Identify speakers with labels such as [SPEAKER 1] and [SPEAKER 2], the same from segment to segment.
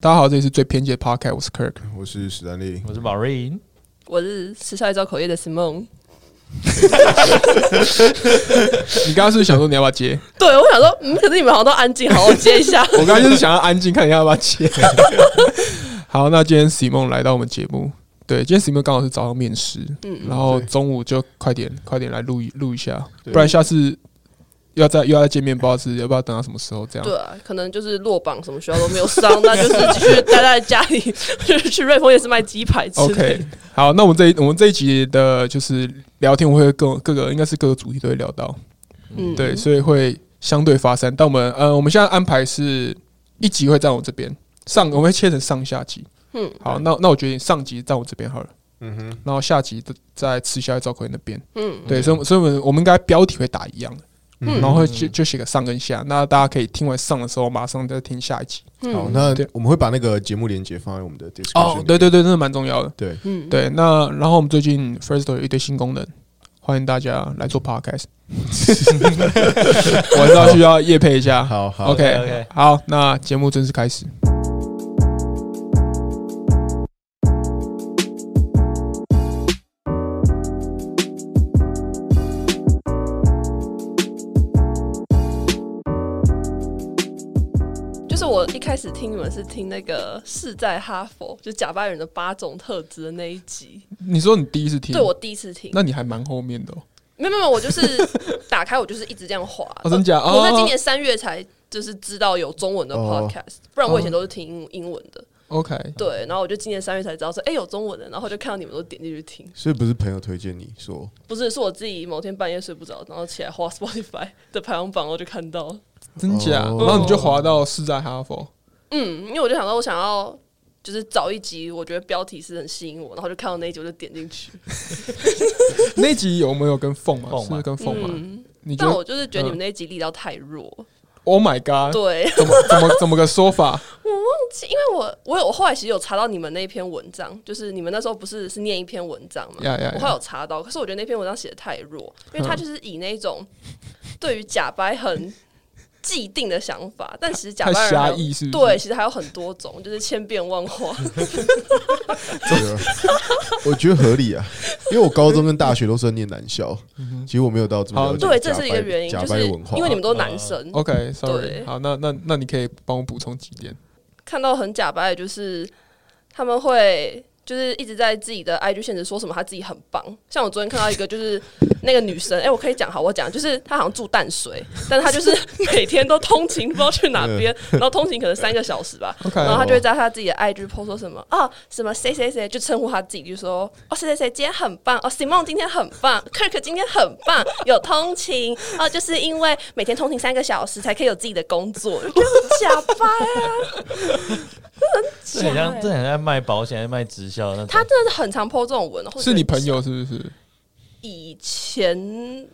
[SPEAKER 1] 大家好，这里是最偏激的 Podcast，我是 Kirk。
[SPEAKER 2] 我是史丹利，
[SPEAKER 3] 我是宝瑞，
[SPEAKER 4] 我是吃下一招口业的 Simon。
[SPEAKER 1] 你刚刚是不是想说你要不要 接？
[SPEAKER 4] 对，我想说，嗯，可是你们好像都安静，好，我接一下。
[SPEAKER 1] 我刚刚就是想要安静看你要不要 接。好，那今天 Simon 来到我们节目，对，今天 Simon 刚好是早上面试，
[SPEAKER 4] 嗯，
[SPEAKER 1] 然后
[SPEAKER 2] 对
[SPEAKER 1] 中午就快点快点来录一录一下，
[SPEAKER 2] 对
[SPEAKER 1] 不然下次要再又要再见面，不知道是要不要等到什么时候这样。
[SPEAKER 4] 对啊，可能就是落榜，什么学校都没有上，那就是继续待在家里，就是去瑞丰也是卖鸡排之类
[SPEAKER 1] OK，
[SPEAKER 4] 的。
[SPEAKER 1] 好，那我们这一我们这一集的就是聊天，我会各各个应该是各个主题都会聊到，
[SPEAKER 4] 嗯，
[SPEAKER 1] 对，所以会相对发散。但我们呃，我们现在安排是一集会在我这边上，我们会切成上下集。
[SPEAKER 4] 嗯，
[SPEAKER 1] 好，那那我决定上集在我这边好了，
[SPEAKER 2] 嗯哼，
[SPEAKER 1] 然后下集的在吃下赵奎那边。
[SPEAKER 4] 嗯，
[SPEAKER 1] 对，所以我们所以我们我们应该标题会打一样的，
[SPEAKER 4] 嗯
[SPEAKER 1] 然后会就就写个上跟下，那大家可以听完上的时候马上再听下一集。
[SPEAKER 2] 好，
[SPEAKER 4] 嗯，
[SPEAKER 2] 那
[SPEAKER 1] 对
[SPEAKER 2] 我们会把那个节目连接放在我们的 description
[SPEAKER 1] 哦
[SPEAKER 2] 里。，
[SPEAKER 1] 对对对，真的蛮重要的。
[SPEAKER 2] 对，
[SPEAKER 4] 嗯，
[SPEAKER 1] 对，那然后我们最近 First 有一堆新功能，欢迎大家来做 Podcast。我知道需要夜配一下。
[SPEAKER 2] 好好
[SPEAKER 1] OK
[SPEAKER 3] OK，OK
[SPEAKER 1] 好，那节目正式开始。
[SPEAKER 4] 就是我一开始听你们是听那个是在哈佛，就假巴人的八种特质的那一集，
[SPEAKER 1] 你说你第一次听，
[SPEAKER 4] 对我第一次听。
[SPEAKER 1] 嗯那你还蛮后面的哦。
[SPEAKER 4] 没有没有，我就是 打开我就是一直这样滑。
[SPEAKER 1] 哦真假
[SPEAKER 4] 我在
[SPEAKER 1] 哦
[SPEAKER 4] 今年三月才就是知道有中文的
[SPEAKER 2] 哦
[SPEAKER 4] podcast，不然我以前都是听英英文的。
[SPEAKER 1] OK，
[SPEAKER 4] 对，然后我就今年三月才知道说，哎、有中文的，然后就看到你们都点进去听，
[SPEAKER 2] 是不是朋友推荐你说？
[SPEAKER 4] 不是，是我自己某天半夜睡不着，然后起来滑 Spotify 的排行榜，然后就看到了，
[SPEAKER 1] 真假？
[SPEAKER 2] 哦
[SPEAKER 1] 然后你就滑到是在哈佛，
[SPEAKER 4] 嗯，因为我就想说，我想要就是找一集，我觉得标题是很吸引我，然后就看到那一集我就点进去，
[SPEAKER 1] 那集有没有跟凤嘛？
[SPEAKER 3] 凤
[SPEAKER 1] 是
[SPEAKER 3] 嘛
[SPEAKER 1] 不是跟凤嘛？
[SPEAKER 4] 嗯，
[SPEAKER 1] 你觉
[SPEAKER 4] 但我
[SPEAKER 1] 得
[SPEAKER 4] 就是觉得你们那一集力道太弱，
[SPEAKER 1] ？Oh my god！
[SPEAKER 4] 对，
[SPEAKER 1] 怎么怎么怎么个说法？
[SPEAKER 4] 因为我我有我后来其实有查到你们那一篇文章，就是你们那时候不是是念一篇文章嘛
[SPEAKER 1] 呀呀呀
[SPEAKER 4] 我后来有查到，可是我觉得那篇文章写的太弱，
[SPEAKER 2] 嗯
[SPEAKER 4] 因为他就是以那种对于假白很既定的想法，但其实假
[SPEAKER 1] 太
[SPEAKER 4] 白人还
[SPEAKER 1] 狭
[SPEAKER 4] 有
[SPEAKER 1] 义是不是？
[SPEAKER 4] 对，，其实还有很多种，就是千变 万化。
[SPEAKER 2] 这个我觉得合理啊，因为我高中跟大学都是在念男校，其实我没有到这
[SPEAKER 1] 嗯
[SPEAKER 2] 么
[SPEAKER 1] 好
[SPEAKER 2] 了解
[SPEAKER 4] 对，
[SPEAKER 2] 假
[SPEAKER 4] 这
[SPEAKER 2] 掰
[SPEAKER 4] 是一个原因，
[SPEAKER 2] 假
[SPEAKER 4] 就是
[SPEAKER 2] 掰文化，嗯哦
[SPEAKER 4] 因为你们都是男生，
[SPEAKER 1] OK，Sorry，、
[SPEAKER 4] 对
[SPEAKER 1] 好，那那那你可以帮我补充几点。
[SPEAKER 4] 看到很假白的，就是他们会就是一直在自己的 IG 现实说什么他自己很棒。像我昨天看到一个，就是那个女生，哎、我可以讲好，我讲，就是她好像住淡水，但她就是 每天都通勤，不知道去哪边，
[SPEAKER 2] 嗯
[SPEAKER 4] 然后通勤可能三个小时吧。
[SPEAKER 1] OK，
[SPEAKER 4] 然后她
[SPEAKER 3] 哎
[SPEAKER 4] 就会在她自己的 IG 抛说什么哦，什么谁谁谁，就称呼她自己，就说哦谁谁谁今天很棒，哦 Simon 今天很棒 ，Kirk 今天很棒，有通勤哦，就是因为每天通勤三个小时才可以有自己的工作，我觉得很假掰啊，
[SPEAKER 3] 这
[SPEAKER 4] 这
[SPEAKER 3] 很
[SPEAKER 4] 很
[SPEAKER 3] 像
[SPEAKER 4] 像
[SPEAKER 3] 这很像卖保险、在卖直销的那
[SPEAKER 4] 啊他
[SPEAKER 3] 种。
[SPEAKER 4] 真的是很常 PO 这种文，哦或者
[SPEAKER 1] 是你朋友是不是？
[SPEAKER 4] 以前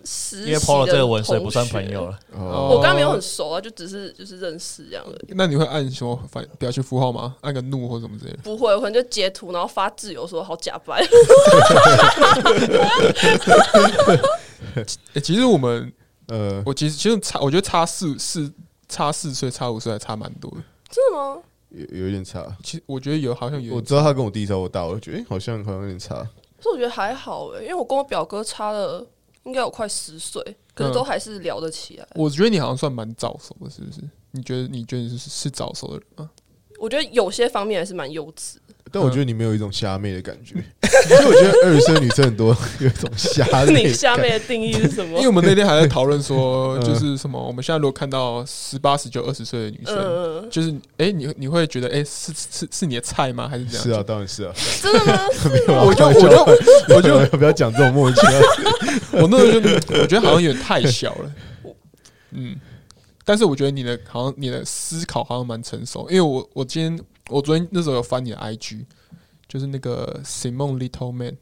[SPEAKER 4] 实习
[SPEAKER 3] 因为
[SPEAKER 4] 的
[SPEAKER 3] PO 了这个文，所以
[SPEAKER 4] 同
[SPEAKER 3] 不算
[SPEAKER 4] 学
[SPEAKER 3] 朋友。了。
[SPEAKER 2] 哦，
[SPEAKER 4] 我刚刚没有很熟啊，就只是就是认识这样而已。
[SPEAKER 1] 那你会按什么反表情符号吗？按个怒或什么之类的？
[SPEAKER 4] 不会，我可能就截图，然后发自由说好假白。
[SPEAKER 1] 诶欸其实我们，
[SPEAKER 2] 呃，
[SPEAKER 1] 我其实其实差，我觉得差四四差四岁，差五岁还差蛮多的。
[SPEAKER 4] 真的吗？
[SPEAKER 2] 有有一点差。
[SPEAKER 1] 其实我觉得有好像有
[SPEAKER 2] 我
[SPEAKER 1] 点
[SPEAKER 2] 知道他跟我弟稍微大，我就觉得哎好像好像有点差。
[SPEAKER 4] 可是我觉得还好哎、因为我跟我表哥差了应该有快十岁，
[SPEAKER 1] 嗯
[SPEAKER 4] 可是都还是聊得起来。
[SPEAKER 1] 我觉得你好像算蛮早熟的，是不是？你觉得你觉得你是是早熟的人啊吗？
[SPEAKER 4] 我觉得有些方面还是蛮幼稚。
[SPEAKER 2] 但我
[SPEAKER 1] 嗯
[SPEAKER 2] 觉得你没有一种虾妹的感觉，因为我觉得二十岁女生很多有一种虾
[SPEAKER 1] 啊
[SPEAKER 2] 妹。
[SPEAKER 4] 你下面的定义是什
[SPEAKER 1] 因为
[SPEAKER 4] 么？
[SPEAKER 1] 我们那天还在讨论说，
[SPEAKER 2] 嗯
[SPEAKER 1] 就是什么，我们现在如果看到十八、十九、二十岁的女生，
[SPEAKER 4] 嗯，
[SPEAKER 1] 就是哎、诶你你会觉得哎、诶是是是你的菜吗？还是怎样？
[SPEAKER 2] 是啊，当然是啊。
[SPEAKER 4] 真的吗？
[SPEAKER 1] 我就我就
[SPEAKER 2] 我就 不要讲这种莫啊名其 妙。
[SPEAKER 1] 我那时候就我觉得好像有点太小了，嗯，但是我觉得你的好像你的思考好像蛮成熟，因为我我今天我昨天那时候有翻你的 IG，就是那个 Simon Little Man，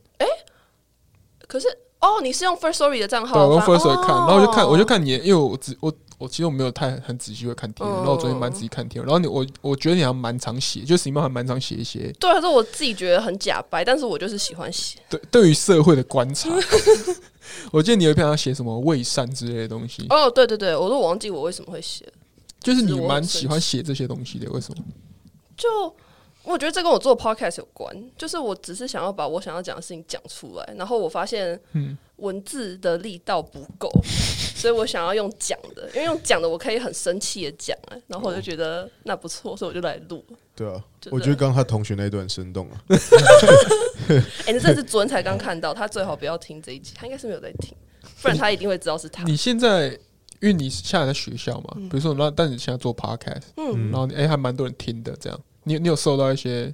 [SPEAKER 4] 可是哦，你是用 First Story 的账号哦
[SPEAKER 1] 对，
[SPEAKER 4] 发？
[SPEAKER 1] 我用 First 来看，然后我就看我就
[SPEAKER 4] 看。
[SPEAKER 1] 看你，因为我只我我其实我没有太很仔细会看贴文，
[SPEAKER 4] 嗯
[SPEAKER 1] 然后我昨天蛮仔细看贴文，然后你我我觉得你好像蛮常写，就 Simon 还蛮常写一些
[SPEAKER 4] 对啊，这我自己觉得很假白，但是我就是喜欢写。
[SPEAKER 1] 对对于社会的观 察，我记得你有一篇好像写什么伪善之类的东西，
[SPEAKER 4] 哦，对对对，我都忘记我为什么会写，
[SPEAKER 1] 就是
[SPEAKER 4] 是
[SPEAKER 1] 你
[SPEAKER 4] 我
[SPEAKER 1] 蛮
[SPEAKER 4] 很
[SPEAKER 1] 喜
[SPEAKER 4] 生
[SPEAKER 1] 欢写这些东西的，为什么？
[SPEAKER 4] 就我觉得这跟我做 podcast 有关，就是我只是想要把我想要讲的事情讲出来，然后我发现
[SPEAKER 1] 嗯
[SPEAKER 4] 文字的力道不够，所以我想要用讲的，因为用讲的我可以很生气的讲、哎，然后我就觉得那不错，所以我就来录。
[SPEAKER 2] 对啊，
[SPEAKER 4] 真的嗯
[SPEAKER 2] 我觉得刚刚他同学那一段很生动啊，
[SPEAKER 4] 哎、你真的是昨天才刚看到，他最好不要听这一集，他应该是没有在听，不然他一定会知道是他。
[SPEAKER 1] 你现在因为你现在在学校嘛，比如说那但你现在做 podcast，
[SPEAKER 4] 嗯
[SPEAKER 1] 然后你哎、还蛮多人听的，这样你你有受到一些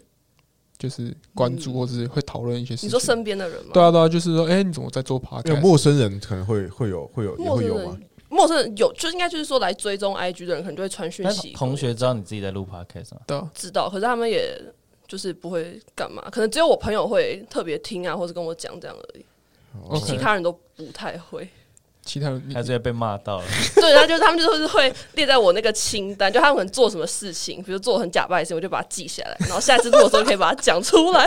[SPEAKER 1] 就是关注，或者是会讨论一些事情？
[SPEAKER 4] 嗯你说身边的人吗？
[SPEAKER 1] 对啊对啊，就是说哎、你怎么在做
[SPEAKER 2] 因为
[SPEAKER 1] podcast？
[SPEAKER 2] 陌生人可能会会有会有也
[SPEAKER 4] 陌
[SPEAKER 2] 会
[SPEAKER 4] 生
[SPEAKER 2] 有嘛
[SPEAKER 4] 人，，陌生人有，就应该就是说来追踪 IG 的人，可能就会传讯
[SPEAKER 3] 但
[SPEAKER 4] 息。
[SPEAKER 3] 同学知道你自己在录 podcast 吗？
[SPEAKER 1] 对啊，
[SPEAKER 4] 知道，可是他们也就是不会干嘛，可能只有我朋友会特别听啊，或者跟我讲这样而已，
[SPEAKER 1] OK
[SPEAKER 4] 其他人都不太会。
[SPEAKER 1] 其他人
[SPEAKER 4] 嗯
[SPEAKER 1] 你
[SPEAKER 3] 还是会被骂到了？
[SPEAKER 4] 对，然后就是他们就是会列在我那个清单，就他们可能做什么事情，比如做很假掰的事情，我就把它记下来，然后下一次录的时候可以把它讲 出来。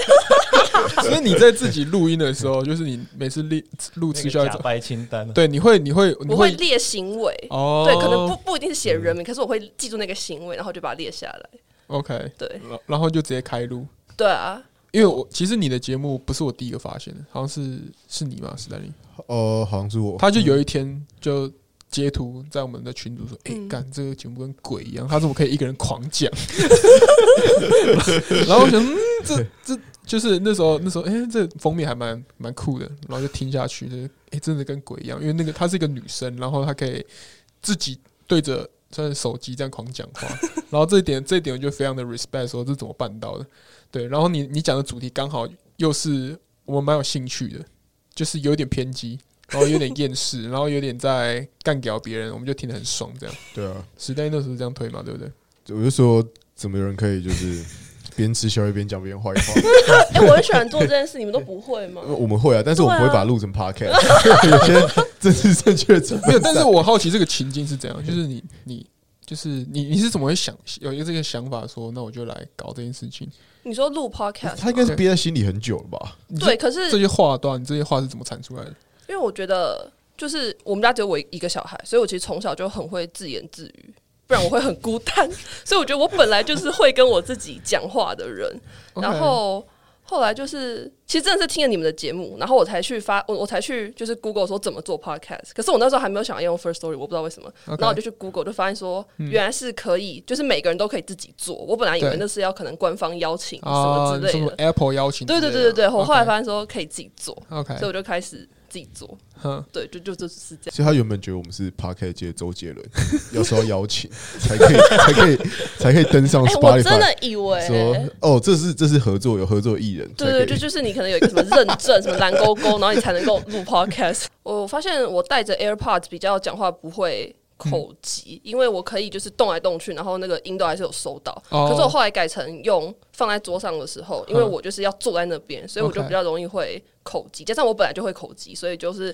[SPEAKER 1] 所以你在自己录音的时 候，就是你每次录录
[SPEAKER 3] 那
[SPEAKER 1] 吃
[SPEAKER 3] 个
[SPEAKER 1] 宵夜
[SPEAKER 3] 假，掰清单，，
[SPEAKER 1] 对，你会你会你
[SPEAKER 4] 我会列行为，
[SPEAKER 1] 哦，
[SPEAKER 4] 对，可能不不一定是写人名，可是我会记住那个行为，然后就把它列下来。
[SPEAKER 1] OK，
[SPEAKER 4] 对，
[SPEAKER 1] 然然后就直接开录。
[SPEAKER 4] 对啊，
[SPEAKER 1] 因为我其实你的节目不是我第一个发现的，好像是是你吧，史丹利。
[SPEAKER 2] 哦，好像是我，
[SPEAKER 1] 他就有一天就截图在我们的群组说：“哎、
[SPEAKER 4] 嗯
[SPEAKER 1] 干、这个节目跟鬼一样，他怎么可以一个人狂讲？”然后我想，嗯，这这就是那时候那时候，哎、这封面还蛮蛮酷的，然后就听下去，就是哎、真的跟鬼一样，因为那个她是一个女生，然后她可以自己对着。算手机这样狂讲话，然后这一点这一点我就非常的 respect，说这怎么办到的？对，然后你你讲的主题刚好又是我们蛮有兴趣的，就是有点偏激，然后有点厌世，然后有点在干掉别人，我们就听得很爽。这样，
[SPEAKER 2] 对啊，
[SPEAKER 1] 时代那时候这样推嘛，对不对？
[SPEAKER 2] 我就说怎么有人可以就是 边吃宵夜边讲别人坏话？
[SPEAKER 4] 哎、我很喜欢做这件事，你们都不会吗？
[SPEAKER 2] 我们会啊，但是我们不
[SPEAKER 4] 对啊
[SPEAKER 2] 会把它录 成 podcast，有些政治正确成
[SPEAKER 1] 没有，
[SPEAKER 2] 分
[SPEAKER 1] 但是
[SPEAKER 2] 在。
[SPEAKER 1] 我好奇这个情境是怎样，就是你你就是你你是怎么会想有一个这个想法说，那我就来搞这件事情？
[SPEAKER 4] 你说录 podcast，
[SPEAKER 2] 他应该是憋在心里很久了吧？
[SPEAKER 1] 你
[SPEAKER 4] 对，可是
[SPEAKER 1] 这些话段，你这些话是怎么产出来的？
[SPEAKER 4] 因为我觉得，就是我们家只有我一个小孩，所以我其实从小就很会自言自语，不然我会很孤单。所以我觉得我本来就是会跟我自己讲话的人。然
[SPEAKER 1] OK，
[SPEAKER 4] 后后来就是，其实真的是听了你们的节目，然后我才去发，我我才去就是 Google 说怎么做 podcast。可是我那时候还没有想要用 First Story，我不知道为什么。
[SPEAKER 1] OK
[SPEAKER 4] 然后我就去 Google，就发现说原来是可以，就是每个人都可以自己做。我本来以为
[SPEAKER 1] 对
[SPEAKER 4] 那是要可能官方邀请什么
[SPEAKER 1] 啊，
[SPEAKER 4] 之
[SPEAKER 1] 你
[SPEAKER 4] 类
[SPEAKER 1] 什么
[SPEAKER 4] 的。
[SPEAKER 1] Apple 邀请之
[SPEAKER 4] 对
[SPEAKER 1] 类的？
[SPEAKER 4] 对对对对，我后来
[SPEAKER 1] OK，
[SPEAKER 4] 发现说可以自己做，所以
[SPEAKER 1] OK，
[SPEAKER 4] 我就开始自己做。
[SPEAKER 1] 哼，
[SPEAKER 4] 对，就就就是这样。
[SPEAKER 2] 所以他原本觉得我们是 podcast 界的周杰 伦，要受到邀请才可以，才可以，才可以登上
[SPEAKER 4] 哎、我真
[SPEAKER 2] 哦 Spotify。
[SPEAKER 4] 的以为、
[SPEAKER 2] 说哦，这是这是合作，有合作艺人才
[SPEAKER 4] 对
[SPEAKER 2] 可
[SPEAKER 4] 对，
[SPEAKER 2] 以。
[SPEAKER 4] 就就是你可能有一个什么认证，什么蓝勾勾，然后你才能够 录 podcast。我发现我带着 AirPods 比较讲话不会
[SPEAKER 2] 嗯
[SPEAKER 4] 口急，因为我可以就是动来动去，然后那个音都还是有收到。
[SPEAKER 1] 哦
[SPEAKER 4] 可是我后来改成用放在桌上的时候，因为
[SPEAKER 2] 嗯
[SPEAKER 4] 我就是要坐在那边，所以我就
[SPEAKER 1] OK
[SPEAKER 4] 比较容易会口急。加上我本来就会口急，所以就是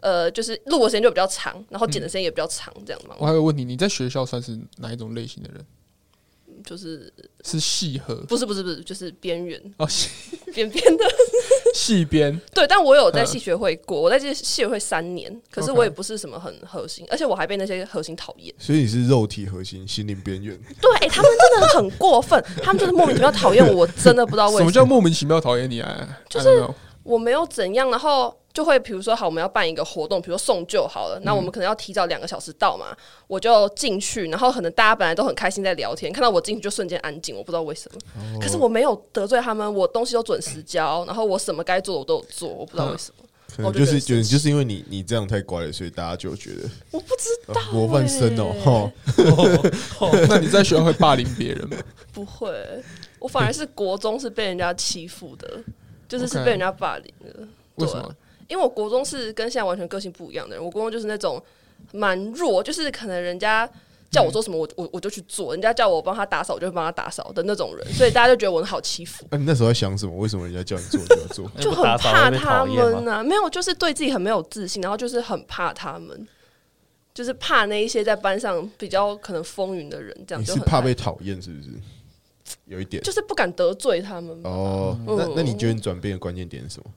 [SPEAKER 4] 呃，就是录的时间就比较长，然后剪的时间也比较长，这样嘛
[SPEAKER 2] 嗯
[SPEAKER 1] 我，还有问你，你在学校算是哪一种类型的人？
[SPEAKER 4] 就是
[SPEAKER 1] 是戏和
[SPEAKER 4] 不是不是不是，就是边缘
[SPEAKER 1] 哦，戏
[SPEAKER 4] 边边的。
[SPEAKER 1] 戏编
[SPEAKER 4] 对，但我有在
[SPEAKER 1] 嗯
[SPEAKER 4] 戏学会过，我在这戏学会三年，可是
[SPEAKER 1] OK
[SPEAKER 4] 我也不是什么很核心，而且我还被那些核心讨厌。
[SPEAKER 2] 所以你是肉体核心，心灵边缘。
[SPEAKER 4] 对、欸他们真的很过分， 他们真的莫名其妙讨厌我，啊我真的不知道
[SPEAKER 1] 什
[SPEAKER 4] 为什
[SPEAKER 1] 么
[SPEAKER 4] 么。
[SPEAKER 1] 叫莫名其妙讨厌你啊？
[SPEAKER 4] 就是
[SPEAKER 1] I don't know
[SPEAKER 4] 我没有怎样，然后就会比如说好，我们要办一个活动，比如说送旧好了，
[SPEAKER 1] 嗯
[SPEAKER 4] 那我们可能要提早两个小时到嘛，我就进去，然后可能大家本来都很开心在聊天，看到我进去就瞬间安静，我不知道为什么。
[SPEAKER 1] 哦
[SPEAKER 4] 可是我没有得罪他们，我东西都准时交，然后我什么该做的我都有做，我不知道
[SPEAKER 1] 嗯
[SPEAKER 4] 为什么，
[SPEAKER 2] 可能
[SPEAKER 4] 我就
[SPEAKER 2] 就
[SPEAKER 4] 觉
[SPEAKER 2] 是
[SPEAKER 4] 得生
[SPEAKER 2] 觉得就是因为你你这样太乖了，所以大家就觉得
[SPEAKER 4] 我不知
[SPEAKER 2] 呃
[SPEAKER 4] 道、
[SPEAKER 2] 模范生哦。
[SPEAKER 4] 欸
[SPEAKER 2] 哈，
[SPEAKER 1] 那你在学校会霸凌别人吗？
[SPEAKER 4] 不会，我反而是国中是被人家欺负的，就是是
[SPEAKER 1] OK
[SPEAKER 4] 被人家霸凌的。
[SPEAKER 1] 为什
[SPEAKER 4] 对啊
[SPEAKER 1] 么？
[SPEAKER 4] 因为我国中是跟现在完全个性不一样的人，我国中就是那种蛮弱，就是可能人家叫我做什么，我我我就去做；人家叫我帮他打扫，我就帮他打扫的那种人，所以大家就觉得我很好欺负。
[SPEAKER 2] 啊那、你那时候在想什么？为什么人家叫你做你就要做？
[SPEAKER 4] 就很怕他们呐、没有，就是对自己很没有自信，然后就是很怕他们，就是怕那一些在班上比较可能风云的人，这样
[SPEAKER 2] 你
[SPEAKER 4] 就是很
[SPEAKER 2] 怕
[SPEAKER 4] 害
[SPEAKER 2] 被讨厌是不是？有一点
[SPEAKER 4] 就是不敢得罪他们吧。
[SPEAKER 2] 哦。
[SPEAKER 4] 嗯
[SPEAKER 2] 那那你觉得你转变的关键点是什么？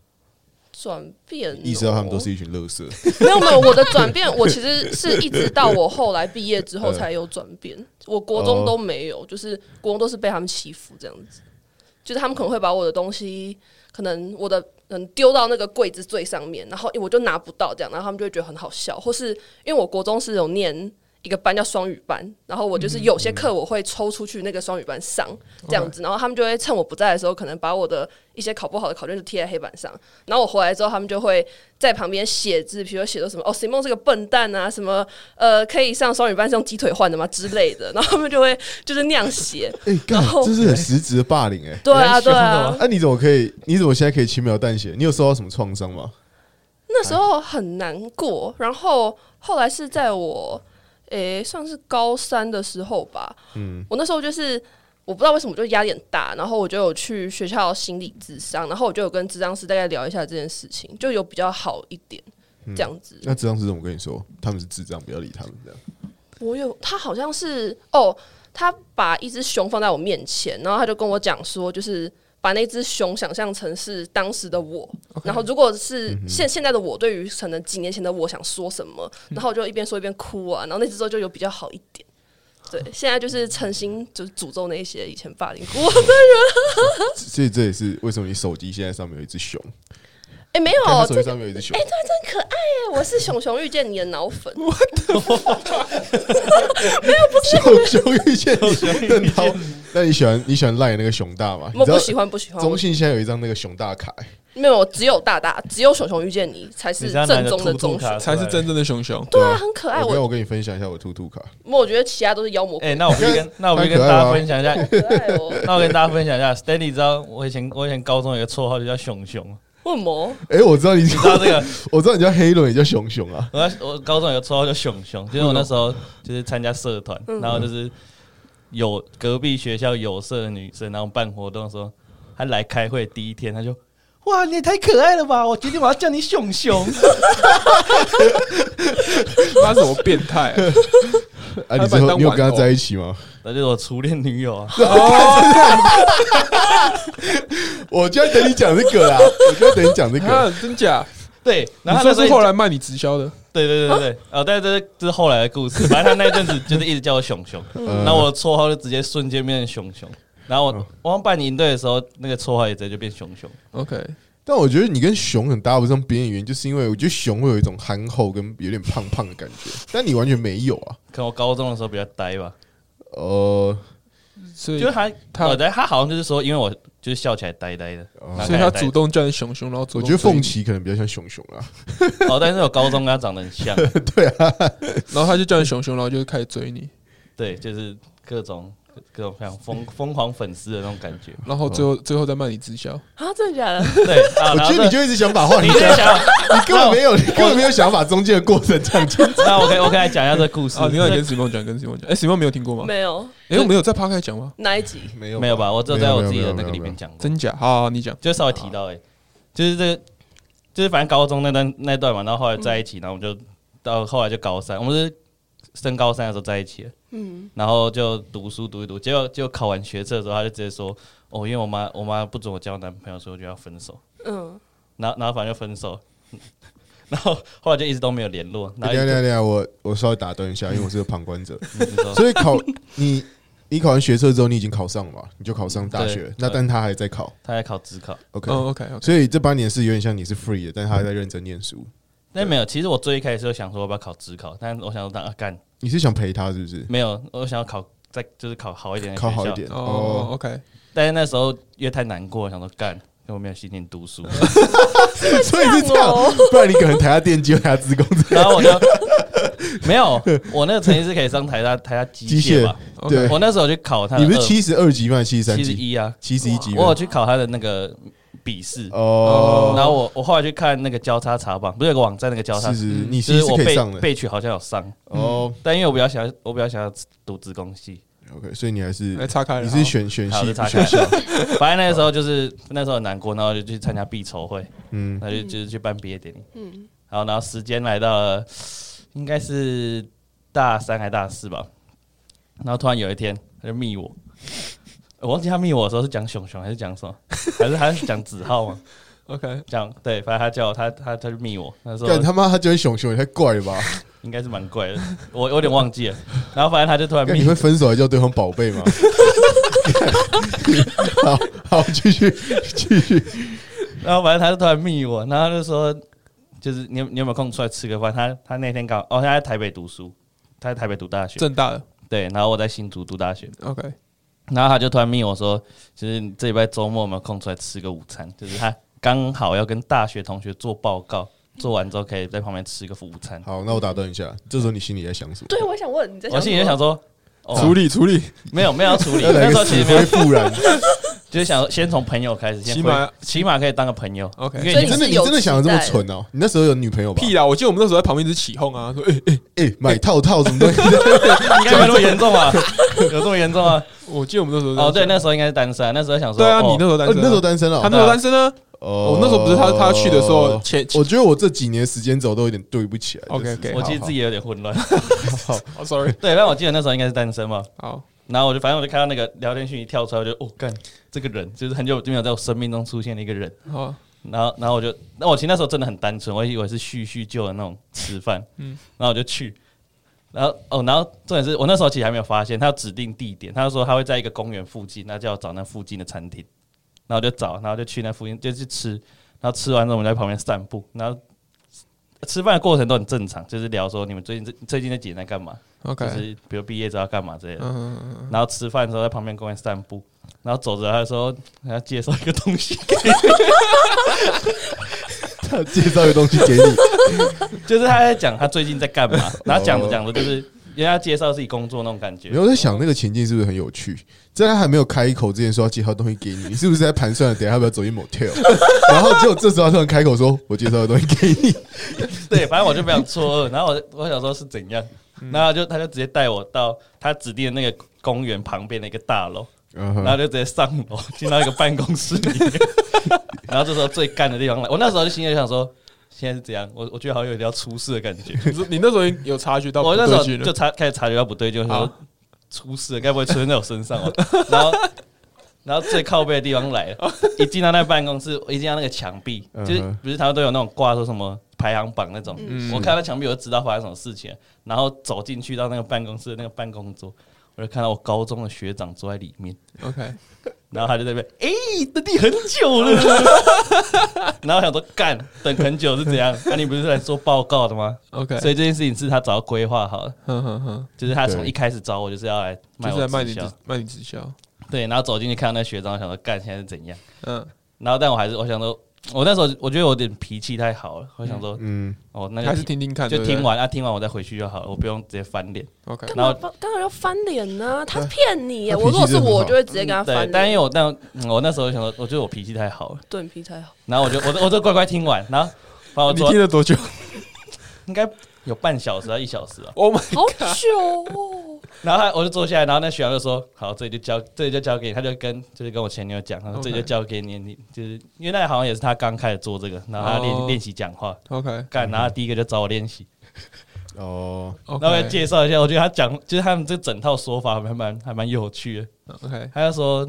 [SPEAKER 4] 转变哦，
[SPEAKER 2] 意识到他们都是一群乐 色。
[SPEAKER 4] 没有没有，我的转变，我其实是一直到我后来毕业之后才有转变。我国中都没有，就是国中都是被他们欺负这样子，就是他们可能会把我的东西，可能我的嗯丢到那个柜子最上面，然后我就拿不到这样，然后他们就会觉得很好笑，或是因为我国中是有念。一个班叫双语班，然后我就是有些课我会抽出去那个双语班上这样子，然后他们就会趁我不在的时候，可能把我的一些考不好的考卷就贴在黑板上，然后我回来之后，他们就会在旁边写字，比如说写说什么哦，Simon 是个笨蛋啊，什么呃，可以上双语班是用鸡腿换的吗之类的，然后他们就会 就是那 样写。
[SPEAKER 2] 哎，干
[SPEAKER 4] 然，后
[SPEAKER 2] 这是很实质的霸凌哎。
[SPEAKER 4] 对啊，对
[SPEAKER 3] 你在凶
[SPEAKER 4] 啊
[SPEAKER 3] 的，
[SPEAKER 2] 那你怎么可以？你怎么现在可以轻描淡写？你有受到什么创伤吗？
[SPEAKER 4] 那时候很难过。然后后来是在我诶、算是高三的时候吧，嗯，我那时候就是。我不知道为什么就压力很大，然后我就有去学校心理智商，然后我就有跟智商师大概聊一下这件事情，就有比较好一点
[SPEAKER 3] 嗯
[SPEAKER 4] 这样子。
[SPEAKER 2] 那智障是怎么跟你说？他们是智障，不要理他们这样。
[SPEAKER 4] 我有，他好像是哦，他把一只熊放在我面前，然后他就跟我讲说，就是把那只熊想象成是当时的我然后如果是
[SPEAKER 2] 嗯
[SPEAKER 4] 现现在的我，对于可能几年前的我想说什么，然后我就一边说一边哭啊，然后那只之后就有比较好一点。对，
[SPEAKER 2] 嗯
[SPEAKER 4] 现在就是诚心就是诅咒那些以前 霸凌过我的。
[SPEAKER 2] 所以这也是为什么你手机现在上面有一只熊，
[SPEAKER 4] 哎、没
[SPEAKER 2] 看他
[SPEAKER 4] 有，
[SPEAKER 2] 手
[SPEAKER 4] 这
[SPEAKER 2] 机
[SPEAKER 4] 个
[SPEAKER 2] 上面有一只熊
[SPEAKER 4] 哎、，对，真可爱哎！我是熊熊遇见你的脑 粉，
[SPEAKER 2] 熊熊遇见你。好，那你喜欢你喜欢赖那个熊大吗？你
[SPEAKER 4] 我
[SPEAKER 2] 知道
[SPEAKER 4] 不喜欢不喜欢，
[SPEAKER 2] 中信现在有一张那个熊大卡，哎
[SPEAKER 4] 没有，只有大大，只有熊熊遇见你才是
[SPEAKER 3] 你现在拿
[SPEAKER 4] 正
[SPEAKER 3] 一个
[SPEAKER 4] 宗的
[SPEAKER 3] 兔兔
[SPEAKER 4] 中
[SPEAKER 3] 卡
[SPEAKER 4] 熊。
[SPEAKER 3] 出
[SPEAKER 1] 才
[SPEAKER 3] 来
[SPEAKER 1] 是真。正的熊熊。
[SPEAKER 4] 对啊，很可爱。
[SPEAKER 2] 我
[SPEAKER 4] 我
[SPEAKER 2] 跟我跟你分享一下我兔兔卡，
[SPEAKER 4] 我我觉得其他都是妖魔鬼
[SPEAKER 3] 哎，那我可以 跟那我可以跟
[SPEAKER 2] 太可爱
[SPEAKER 3] 大
[SPEAKER 2] 了
[SPEAKER 3] 家分享一下，
[SPEAKER 2] 哎
[SPEAKER 4] 怪，好可爱哦。
[SPEAKER 3] 那我跟大家分享一下，Stanley 知道我以前我以前高中有一个绰号就叫熊熊，
[SPEAKER 4] 为什么？
[SPEAKER 2] 哎，我知道你
[SPEAKER 3] 你知道这个？
[SPEAKER 2] 我知道你叫黑轮，也叫熊熊啊。
[SPEAKER 3] 我在我高中有个绰号叫熊
[SPEAKER 1] 嗯
[SPEAKER 3] 熊，就是我那时候就是参加社团，然后就是有隔壁学校有社的女生，然后办活动的时候，她来开会第一天，她就哇你也太可爱了吧！我决定我要叫你熊熊，
[SPEAKER 1] 他什么变态啊？
[SPEAKER 2] 啊，
[SPEAKER 1] 他
[SPEAKER 2] 你
[SPEAKER 1] 把
[SPEAKER 2] 最
[SPEAKER 1] 你
[SPEAKER 2] 后
[SPEAKER 1] 当
[SPEAKER 2] 你有跟他
[SPEAKER 1] 玩偶
[SPEAKER 2] 在一起吗？
[SPEAKER 3] 那就是我初恋 女友啊。
[SPEAKER 2] 我就要等你讲这个啦，我就要等你讲这个。
[SPEAKER 1] 啊，真假？
[SPEAKER 3] 对，
[SPEAKER 1] 你
[SPEAKER 3] 然后她
[SPEAKER 1] 说
[SPEAKER 3] 那时候
[SPEAKER 1] 是后来啊卖你直销的？
[SPEAKER 3] 对对对对对，哦，但是这是这是后来的 故事。反正他那一阵子就是一直叫我熊熊，
[SPEAKER 1] 嗯
[SPEAKER 3] 然后我的绰号就直接瞬间变成熊熊。然后我我刚办营队的时候，那个绰号也直接就变熊熊。
[SPEAKER 1] OK，
[SPEAKER 2] 但我觉得你跟熊很搭不上边缘，原因就是因为我觉得熊会有一种憨厚跟有点胖胖的感觉，但你完全没有啊。
[SPEAKER 3] 可能我高中的时候比较呆吧，
[SPEAKER 2] 呃，
[SPEAKER 1] 所以
[SPEAKER 3] 就是他，
[SPEAKER 1] 他
[SPEAKER 3] 我在他好像就是说，因为我就是笑起来呆呆的，然后
[SPEAKER 1] 所以他
[SPEAKER 3] 看起
[SPEAKER 1] 主
[SPEAKER 3] 来
[SPEAKER 1] 动叫你熊熊，然后主
[SPEAKER 2] 我
[SPEAKER 1] 动
[SPEAKER 2] 觉得
[SPEAKER 1] 追你
[SPEAKER 2] 凤，岐可能比较像熊熊啊。
[SPEAKER 3] 呆哦，但是我高中跟他长得 很像，
[SPEAKER 1] 然后他就叫你熊熊，然后就开始追你，
[SPEAKER 3] 对，就是各种各种非常疯疯狂粉丝的那种 感觉。
[SPEAKER 1] 然后最后最后再卖你直销。
[SPEAKER 4] 啊，真的假的？
[SPEAKER 3] 对，啊，
[SPEAKER 2] 我
[SPEAKER 3] 然后
[SPEAKER 2] 觉得你
[SPEAKER 3] 这
[SPEAKER 2] 就一直想把话
[SPEAKER 3] 你
[SPEAKER 2] 题
[SPEAKER 3] 在
[SPEAKER 2] 讲，
[SPEAKER 3] 想，
[SPEAKER 2] 你根本没有，你根本没有想把中间的过程讲清楚。
[SPEAKER 3] 那我可以我可以来讲一下这故事
[SPEAKER 2] 哦
[SPEAKER 1] 啊，你要跟 Simon 讲，跟 Simon 讲。哎，Simon 没有听过吗？
[SPEAKER 4] 没有
[SPEAKER 1] 哎，我们有在 p o 讲吗？
[SPEAKER 4] 哪一集？
[SPEAKER 2] 没有
[SPEAKER 3] 没有吧？我只有在我自己的
[SPEAKER 2] 没
[SPEAKER 3] 那
[SPEAKER 2] 有没有没有
[SPEAKER 3] 个里
[SPEAKER 2] 没有
[SPEAKER 3] 面讲过。
[SPEAKER 1] 真假？好，好你讲。
[SPEAKER 3] 就稍微提到哎、欸，就是这个，就是反正高中那段那段嘛，然后后来在一起，然后我们就到后来就高三，我们是升高三的时候在一起了，嗯，然后就读书读一读，结果结果考完学测的时候，他就直接说，哦，因为我妈我妈不准我交男朋友，所以我就要分手，
[SPEAKER 4] 嗯，
[SPEAKER 3] 然后然后反正就分手， 然后后来就一直都没有联络，
[SPEAKER 2] 等
[SPEAKER 3] 然后
[SPEAKER 2] 一
[SPEAKER 3] 一
[SPEAKER 2] 下
[SPEAKER 3] 直
[SPEAKER 2] 等一下等一下，我我稍微打断一下，因为我是个旁观 者。
[SPEAKER 3] 你说
[SPEAKER 2] 所以考你你考完学测之后，你已经考上了嘛？你就考上大学
[SPEAKER 3] 对，哦
[SPEAKER 2] 那但他还在考。
[SPEAKER 3] 他在考职考，
[SPEAKER 2] OK，
[SPEAKER 1] 嗯，OK OK。
[SPEAKER 2] 所以这八年是有点像你是 free 的，但他还在认真念书。
[SPEAKER 3] 但没有，其实我最一开始就想说我要不要考职考，但我想说当啊干
[SPEAKER 2] 你是想陪他是不是？
[SPEAKER 3] 没有，我想要考再就是考好一点的
[SPEAKER 2] 考
[SPEAKER 3] 学
[SPEAKER 2] 好一
[SPEAKER 3] 校
[SPEAKER 2] 点
[SPEAKER 1] 哦
[SPEAKER 2] 哦。
[SPEAKER 1] ，OK，
[SPEAKER 3] 但是那时候因为太难过，想说干，因为我没有心情读书，
[SPEAKER 2] 所以是这样，哦不然你可能台下电机或台下自工
[SPEAKER 3] 然后我就没有，我那个成绩是可以上台大台大机
[SPEAKER 2] 机械
[SPEAKER 3] 吧？
[SPEAKER 2] 对
[SPEAKER 1] OK，
[SPEAKER 3] 我那时候去考他，
[SPEAKER 2] 你不是七十二级吗？七十三
[SPEAKER 3] 七十
[SPEAKER 2] 级？
[SPEAKER 3] 一啊？
[SPEAKER 2] 七十一级吗？
[SPEAKER 3] 我有去考他的那个笔试，
[SPEAKER 2] 哦，
[SPEAKER 3] 然后我我后来去看那个交叉查榜，不是有个网站那个交叉
[SPEAKER 2] 是，是，
[SPEAKER 1] 嗯
[SPEAKER 2] 你其实
[SPEAKER 3] 就是
[SPEAKER 2] 是
[SPEAKER 3] 我
[SPEAKER 2] 可以
[SPEAKER 3] 被
[SPEAKER 2] 上的
[SPEAKER 3] 被嗯取好像有上，
[SPEAKER 2] 哦。
[SPEAKER 3] 但因为我比较想要，我比较想要读职工系，
[SPEAKER 2] OK，所以你还是
[SPEAKER 1] 来岔开了。
[SPEAKER 2] 你
[SPEAKER 1] 好
[SPEAKER 2] 是选选
[SPEAKER 3] 好
[SPEAKER 2] 系
[SPEAKER 3] 就
[SPEAKER 2] 不
[SPEAKER 3] 岔
[SPEAKER 2] 选
[SPEAKER 3] 开
[SPEAKER 2] 校？
[SPEAKER 3] 反正那个时候就是那时候很难过，然后就去参加必筹会，
[SPEAKER 2] 嗯，
[SPEAKER 3] 那就就是去办毕业典礼。嗯，好，然后时间来到了，应该是大三还大四吧。然后突然有一天，他就密我，我忘记他密我的时候是讲熊熊还是讲什么，还是还是讲子浩嘛？
[SPEAKER 1] OK，
[SPEAKER 3] 这样对，反正他叫我他他他就密我，他说
[SPEAKER 2] 干他妈他居然熊熊，也太怪了 吧？
[SPEAKER 3] 应该是蛮怪的，我我有点忘记了。然后反正他就突然
[SPEAKER 2] 干
[SPEAKER 3] 密
[SPEAKER 2] 你会分手还叫对方宝贝吗？ 好好，继续继续。
[SPEAKER 3] 然后反正他就突然密我，然后他就说，就是你有你有没有空出来吃个饭？他他那天刚好哦，他在台北读书，他在台北读大学，
[SPEAKER 1] 正大的
[SPEAKER 3] 对，然后我在新竹读大学，
[SPEAKER 1] OK，
[SPEAKER 3] 然后他就突然密我说，就是你这礼拜周末有没有空出来吃个午餐？就是他刚好要跟大学同学做报告，做完之后可以在旁边吃个午餐。
[SPEAKER 2] 好，那我打断一下，这时候你心里在想什么？
[SPEAKER 4] 对，我想问你在
[SPEAKER 3] 我
[SPEAKER 4] 想什
[SPEAKER 3] 心
[SPEAKER 4] 么，
[SPEAKER 3] 里就想说，哦
[SPEAKER 1] 处理处理，
[SPEAKER 3] 没有没有要 处理，
[SPEAKER 2] 要来
[SPEAKER 3] 那时候
[SPEAKER 2] 个死
[SPEAKER 3] 其实没有
[SPEAKER 2] 灰，复燃。
[SPEAKER 3] 就是想先从朋友开始，先
[SPEAKER 1] 起码哦
[SPEAKER 3] 回起码可以当个朋友。
[SPEAKER 1] OK
[SPEAKER 3] 因为
[SPEAKER 4] 所以
[SPEAKER 2] 你
[SPEAKER 3] 你
[SPEAKER 2] 真的
[SPEAKER 4] 是
[SPEAKER 2] 你
[SPEAKER 4] 有
[SPEAKER 2] 真的想的这么蠢哦？你那时候有女朋友吧？
[SPEAKER 1] 屁啦！我记得我们那时候在旁边一直起哄啊，说哎，
[SPEAKER 2] 哎，买套套什么东西？
[SPEAKER 3] 应该没那么严重 吧？有这么严重吗？
[SPEAKER 1] 我记得我们那时候
[SPEAKER 3] 哦，对，
[SPEAKER 1] 那
[SPEAKER 3] 那时候应该是单身，那时候想说，
[SPEAKER 1] 对啊，
[SPEAKER 3] 哦
[SPEAKER 1] 你那时 候单
[SPEAKER 2] 哦
[SPEAKER 1] 身啊，
[SPEAKER 2] 你那时候单身了
[SPEAKER 1] 他。那时候单身呢，
[SPEAKER 2] 哦
[SPEAKER 1] 我那时候不是他他去的时候，前
[SPEAKER 2] 我觉得我这几年时间轴都有点对不起来。
[SPEAKER 1] OK，OK
[SPEAKER 2] 就是
[SPEAKER 3] 我其实自己也有点混乱。
[SPEAKER 1] 哦 sorry，
[SPEAKER 3] 对，但我记得那时候应该是单身嘛，
[SPEAKER 1] 好，
[SPEAKER 3] 然后我就反正我就看到那个聊天讯息跳出来，我就哦干，这个人就是很久没有在我生命中出现的一个人。
[SPEAKER 1] 好，
[SPEAKER 3] 然后，然后我就，那我其实那时候真的很单纯，我以为是叙叙旧的那种吃饭，
[SPEAKER 1] 嗯
[SPEAKER 3] 然后我就去，然后哦，然后重点是我那时候其实还没有发现，他要指定地点，他就说他会在一个公园附近，那就要找那附近的餐厅，然后我就找，然后就去那附近就去吃，然后吃完之后我们在旁边散步，然后吃饭的过程都很正常，就是聊说你们最近这最近这几年在干嘛，就
[SPEAKER 1] OK，
[SPEAKER 3] 是比如毕业之后要干嘛之类的，
[SPEAKER 1] 嗯，嗯嗯
[SPEAKER 3] 然后吃饭的时候在旁边公园散步，然后走着他说他要介绍一个东西给
[SPEAKER 2] 他介绍一个东西给你，
[SPEAKER 3] 就是他在讲他最近 在干嘛，
[SPEAKER 2] 哦
[SPEAKER 3] 然后讲着讲着就是人家介绍自己工作那种感觉
[SPEAKER 2] 没。有在想那个情境是不是很有趣？在他还没有开口之前说要介绍东西给你，你是不是在盘算等一下要不要走进 motel？然 后结果这时候他突然开口说：“我介绍的东西给 你。
[SPEAKER 3] 对，反正我就非常错愕，然后我我想说是怎样，
[SPEAKER 2] 嗯
[SPEAKER 3] 然后就他就直接带我到他指定的那个公园旁边的一个大楼，”
[SPEAKER 2] 嗯
[SPEAKER 3] 然后
[SPEAKER 2] 哼，
[SPEAKER 3] 就直接上楼进到一个办公室里 面，然后这时候最干的地方来，我那时候就心里想说。现在是怎样？我我觉得好像有点要出事的感觉。
[SPEAKER 1] 你说你那时候有察觉到不
[SPEAKER 3] 我那时候
[SPEAKER 1] 对劲
[SPEAKER 3] 就
[SPEAKER 1] 了，
[SPEAKER 3] 察开始察觉到不对劲，就说
[SPEAKER 1] 好
[SPEAKER 3] 出事了，该不会出现在我身上哦？ 然后，然后最靠背的地方来 了，一进到那办公室，我一进到那个墙壁，
[SPEAKER 2] 嗯哼
[SPEAKER 3] 就是不是他们都有那种挂说什么排行榜那种，
[SPEAKER 1] 嗯
[SPEAKER 3] 我看到墙壁我就知道发生什么事情了，然后走进去到那个办公室的那个办公桌，我就看到我高中的学长坐在里面。
[SPEAKER 1] OK，
[SPEAKER 3] 然后他就在那边，哎、等你很久了。 然后我想说，干，等很久是怎样？啊那、你不是来做报告的吗
[SPEAKER 1] OK
[SPEAKER 3] 所以这件事情是他早规划好的，
[SPEAKER 1] 哼哼哼，
[SPEAKER 3] 就是他从
[SPEAKER 2] 对
[SPEAKER 3] 一开始找我就是要来卖
[SPEAKER 1] 就是
[SPEAKER 3] 我
[SPEAKER 1] 在卖
[SPEAKER 3] 直
[SPEAKER 1] 你
[SPEAKER 3] 销
[SPEAKER 1] 直，卖你直销，
[SPEAKER 3] 对，然后走进去看到那学长，我想说干现在是怎样，
[SPEAKER 1] 嗯，
[SPEAKER 3] 然后但我还是我想说，我那时候我觉得我有点脾气太好了，我想说，
[SPEAKER 2] 嗯，
[SPEAKER 3] 哦，那就
[SPEAKER 1] 还是听听看，
[SPEAKER 3] 就
[SPEAKER 1] 对不对
[SPEAKER 3] 听完啊，听完我再回去就好了，我不用直接翻脸。
[SPEAKER 1] OK，
[SPEAKER 4] 干
[SPEAKER 3] 然
[SPEAKER 4] 嘛
[SPEAKER 3] 后
[SPEAKER 4] 翻？刚好要翻脸呢、他骗你耶！
[SPEAKER 2] 啊他
[SPEAKER 4] 我如果是
[SPEAKER 2] 脾气真的很
[SPEAKER 4] 我，
[SPEAKER 2] 好嗯
[SPEAKER 4] 我就会直接跟他
[SPEAKER 3] 对
[SPEAKER 4] 翻，
[SPEAKER 3] 但因为
[SPEAKER 4] 脸。
[SPEAKER 3] 我但我那时候就想说，我觉得我脾气太好了，
[SPEAKER 4] 对你脾气好，
[SPEAKER 3] 然后我就我就我就乖乖听完，然后把我
[SPEAKER 1] 你
[SPEAKER 3] 做
[SPEAKER 1] 听了多久
[SPEAKER 3] 应该有半小时到一小时啊。
[SPEAKER 1] ？Oh my，
[SPEAKER 4] 好久哦。
[SPEAKER 3] 然后他我就坐下来，然后那学长就说：“好，这里就交，这里就交给你。”他就跟就是跟我前女友讲，他说：“
[SPEAKER 1] OK
[SPEAKER 3] 这里就交给你。”你就是因为那好像也是他刚开始做这个，然后他练、
[SPEAKER 1] 哦
[SPEAKER 3] 练习讲话，
[SPEAKER 1] OK
[SPEAKER 3] 干，然后他第一个就找我练习，
[SPEAKER 2] 哦，
[SPEAKER 1] OK，
[SPEAKER 3] 然后介绍一下，我觉得他讲就是他们这整套说法还蛮还蛮有趣的。
[SPEAKER 1] OK，
[SPEAKER 3] 他就说，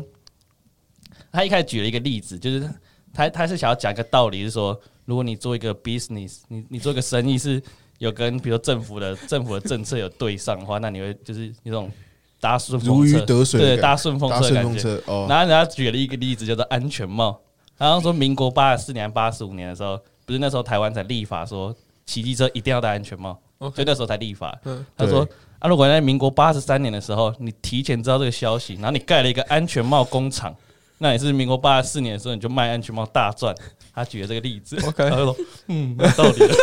[SPEAKER 3] 他一开始举了一个例子，就是他他是想要讲一个道理，是说如果你做一个 business，你你做一个生意是有跟比如说政府的 政府的政策有对上的话，那你会就是有种搭顺风
[SPEAKER 2] 如
[SPEAKER 3] 车
[SPEAKER 2] 鱼得水的
[SPEAKER 3] 对，
[SPEAKER 2] 感觉
[SPEAKER 3] 搭顺风
[SPEAKER 2] 搭
[SPEAKER 3] 车的
[SPEAKER 2] 顺
[SPEAKER 3] 感
[SPEAKER 2] 风
[SPEAKER 3] 觉。
[SPEAKER 2] 车哦，
[SPEAKER 3] 然后人家举了一个例子，叫做安全帽。然后说民国八十四年、八十五年的时候，不是那时候台湾才立法说骑机车一定要戴安全帽，所
[SPEAKER 1] OK，
[SPEAKER 3] 以那时候才立法。
[SPEAKER 1] 嗯
[SPEAKER 3] 他说
[SPEAKER 2] 对：“
[SPEAKER 3] 啊，如果在民国八十三年的时候，你提前知道这个消息，然后你盖了一个安全帽工厂， 那你是民国八十四年的时候你就卖安全帽大赚。”他举了这个例子
[SPEAKER 1] OK
[SPEAKER 3] 他就说：“嗯，有道理 了。”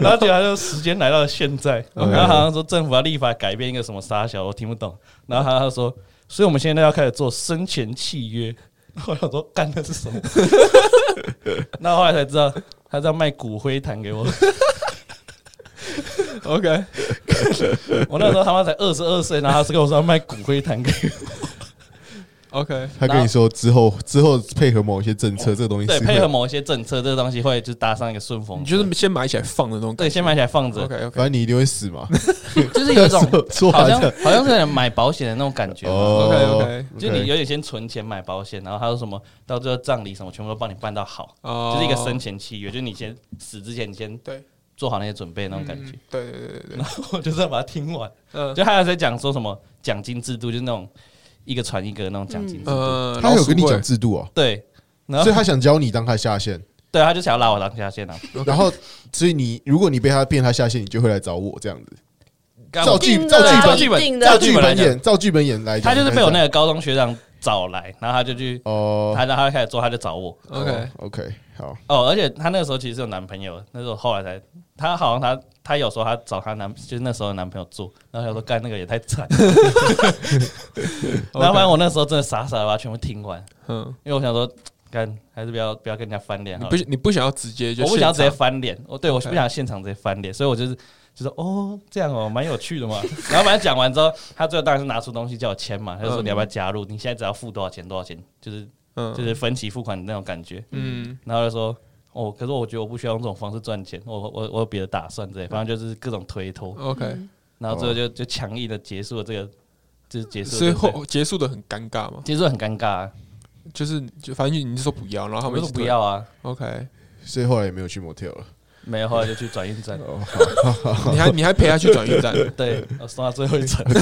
[SPEAKER 3] 然后结果他就时间来到了现在，
[SPEAKER 2] OK
[SPEAKER 3] 然后好像说政府要立法改变一个什么沙小，我听不懂。然后他他说，所以我们现在要开始做生前契约。 我想说，干的是什么？ 那后来才知道，他在卖骨灰坛给我。
[SPEAKER 1] OK，
[SPEAKER 3] 我那时候他妈才二十二岁，然后他是跟我说要卖骨灰坛给
[SPEAKER 1] OK，
[SPEAKER 2] 他跟你说之后之后配合某一些政策，这个东西
[SPEAKER 3] 哦对，
[SPEAKER 2] 是
[SPEAKER 3] 配合某一些政策，这个东西会就搭上一个顺风
[SPEAKER 1] 你
[SPEAKER 3] 车。
[SPEAKER 1] 就是先买起来放的那种感
[SPEAKER 3] 对，
[SPEAKER 1] 觉。
[SPEAKER 3] 先买起来放着，
[SPEAKER 1] OK
[SPEAKER 2] 反
[SPEAKER 1] OK，
[SPEAKER 2] 正你一定会死嘛，
[SPEAKER 3] 就是有 一种
[SPEAKER 2] 错
[SPEAKER 3] 好
[SPEAKER 2] 完
[SPEAKER 3] 像
[SPEAKER 2] 的
[SPEAKER 3] 好像是买保险的那种感觉嘛。
[SPEAKER 2] 哦
[SPEAKER 1] OK，OK
[SPEAKER 3] 就你有点先存钱买保险，然后还有什么到最后葬礼什么，全部都帮你办到好，
[SPEAKER 1] 哦
[SPEAKER 3] 就是一个生前契约，就是你先死之前你先
[SPEAKER 1] 对
[SPEAKER 3] 做好那些准备那种感觉
[SPEAKER 1] 嗯。对对对对对，
[SPEAKER 3] 我就是要把它听完。
[SPEAKER 1] 嗯
[SPEAKER 3] 就还有在讲说什么奖金制度，就是那种一个传一个那种奖金制度。
[SPEAKER 1] 呃，
[SPEAKER 2] 他有跟你
[SPEAKER 1] 老鼠
[SPEAKER 2] 讲
[SPEAKER 1] 会
[SPEAKER 2] 制度啊，
[SPEAKER 3] 对，然后
[SPEAKER 2] 所以他想教你当他下 线，
[SPEAKER 3] 对他就想要拉我当下线啊。
[SPEAKER 2] 然后所以你如果你被他变他下线，你就会来找我这样子，
[SPEAKER 3] 干
[SPEAKER 2] 照
[SPEAKER 3] 我
[SPEAKER 2] 剧
[SPEAKER 4] 一定
[SPEAKER 2] 照
[SPEAKER 4] 的啊
[SPEAKER 2] 剧本
[SPEAKER 4] 一定的
[SPEAKER 2] 照
[SPEAKER 4] 啊
[SPEAKER 2] 剧
[SPEAKER 3] 本来
[SPEAKER 2] 本
[SPEAKER 3] 讲
[SPEAKER 2] 演照剧本演来讲，
[SPEAKER 3] 他就是被
[SPEAKER 2] 应
[SPEAKER 3] 我
[SPEAKER 2] 该
[SPEAKER 3] 那个高中学长找来，然后他就去，
[SPEAKER 2] 这样哦
[SPEAKER 3] 他然后他就开始做，他就找我。
[SPEAKER 1] OK，
[SPEAKER 2] 哦 OK 好，
[SPEAKER 3] 哦，而且他那个时候其实是有男朋友，那时候后来才，他好像他他有时候他找他男，就是那时候的男朋友做，然后他说干那个也太惨，然后反正我那时候真的傻傻的把它全部听完，
[SPEAKER 1] 嗯，
[SPEAKER 3] 因为我想说干还是不要不要跟人家翻脸
[SPEAKER 1] 你
[SPEAKER 3] 好了
[SPEAKER 1] 不，你不想要直接就
[SPEAKER 3] 我不想要直接
[SPEAKER 1] 现场
[SPEAKER 3] 翻脸，我对我
[SPEAKER 1] OK
[SPEAKER 3] 不想现场直接翻脸，所以我就是就说哦这样哦蛮有趣的嘛， 然后反正讲完之后，他最后当然是拿出东西叫我签嘛，他就说
[SPEAKER 1] 嗯
[SPEAKER 3] 你要不要加入，你现在只要付多少钱多少钱，就是
[SPEAKER 1] 嗯
[SPEAKER 3] 就是分期付款的那种感觉，
[SPEAKER 1] 嗯
[SPEAKER 3] 然后就说，哦，可是我觉得我不需要用这种方式赚钱，我我我有别的打算之类，反正就是各种推脱，
[SPEAKER 1] OK，
[SPEAKER 3] 然后最后就就强硬的结束了这个，就是结束了这
[SPEAKER 1] 哦所
[SPEAKER 3] 个，
[SPEAKER 1] 以后结束的很尴尬嘛，
[SPEAKER 3] 结束很尴尬、啊，
[SPEAKER 1] 就是就反正你是说不要，然后他
[SPEAKER 3] 我
[SPEAKER 1] 们
[SPEAKER 3] 就
[SPEAKER 1] 一直
[SPEAKER 3] 说不
[SPEAKER 1] 推
[SPEAKER 3] 要啊，
[SPEAKER 1] OK，
[SPEAKER 2] 所以后来也没有去 motel 了。
[SPEAKER 3] 没有，后来就去转运站，
[SPEAKER 2] 哦，
[SPEAKER 1] 你还你还陪他去转运站，
[SPEAKER 3] 对，我送到最后一程，
[SPEAKER 2] 干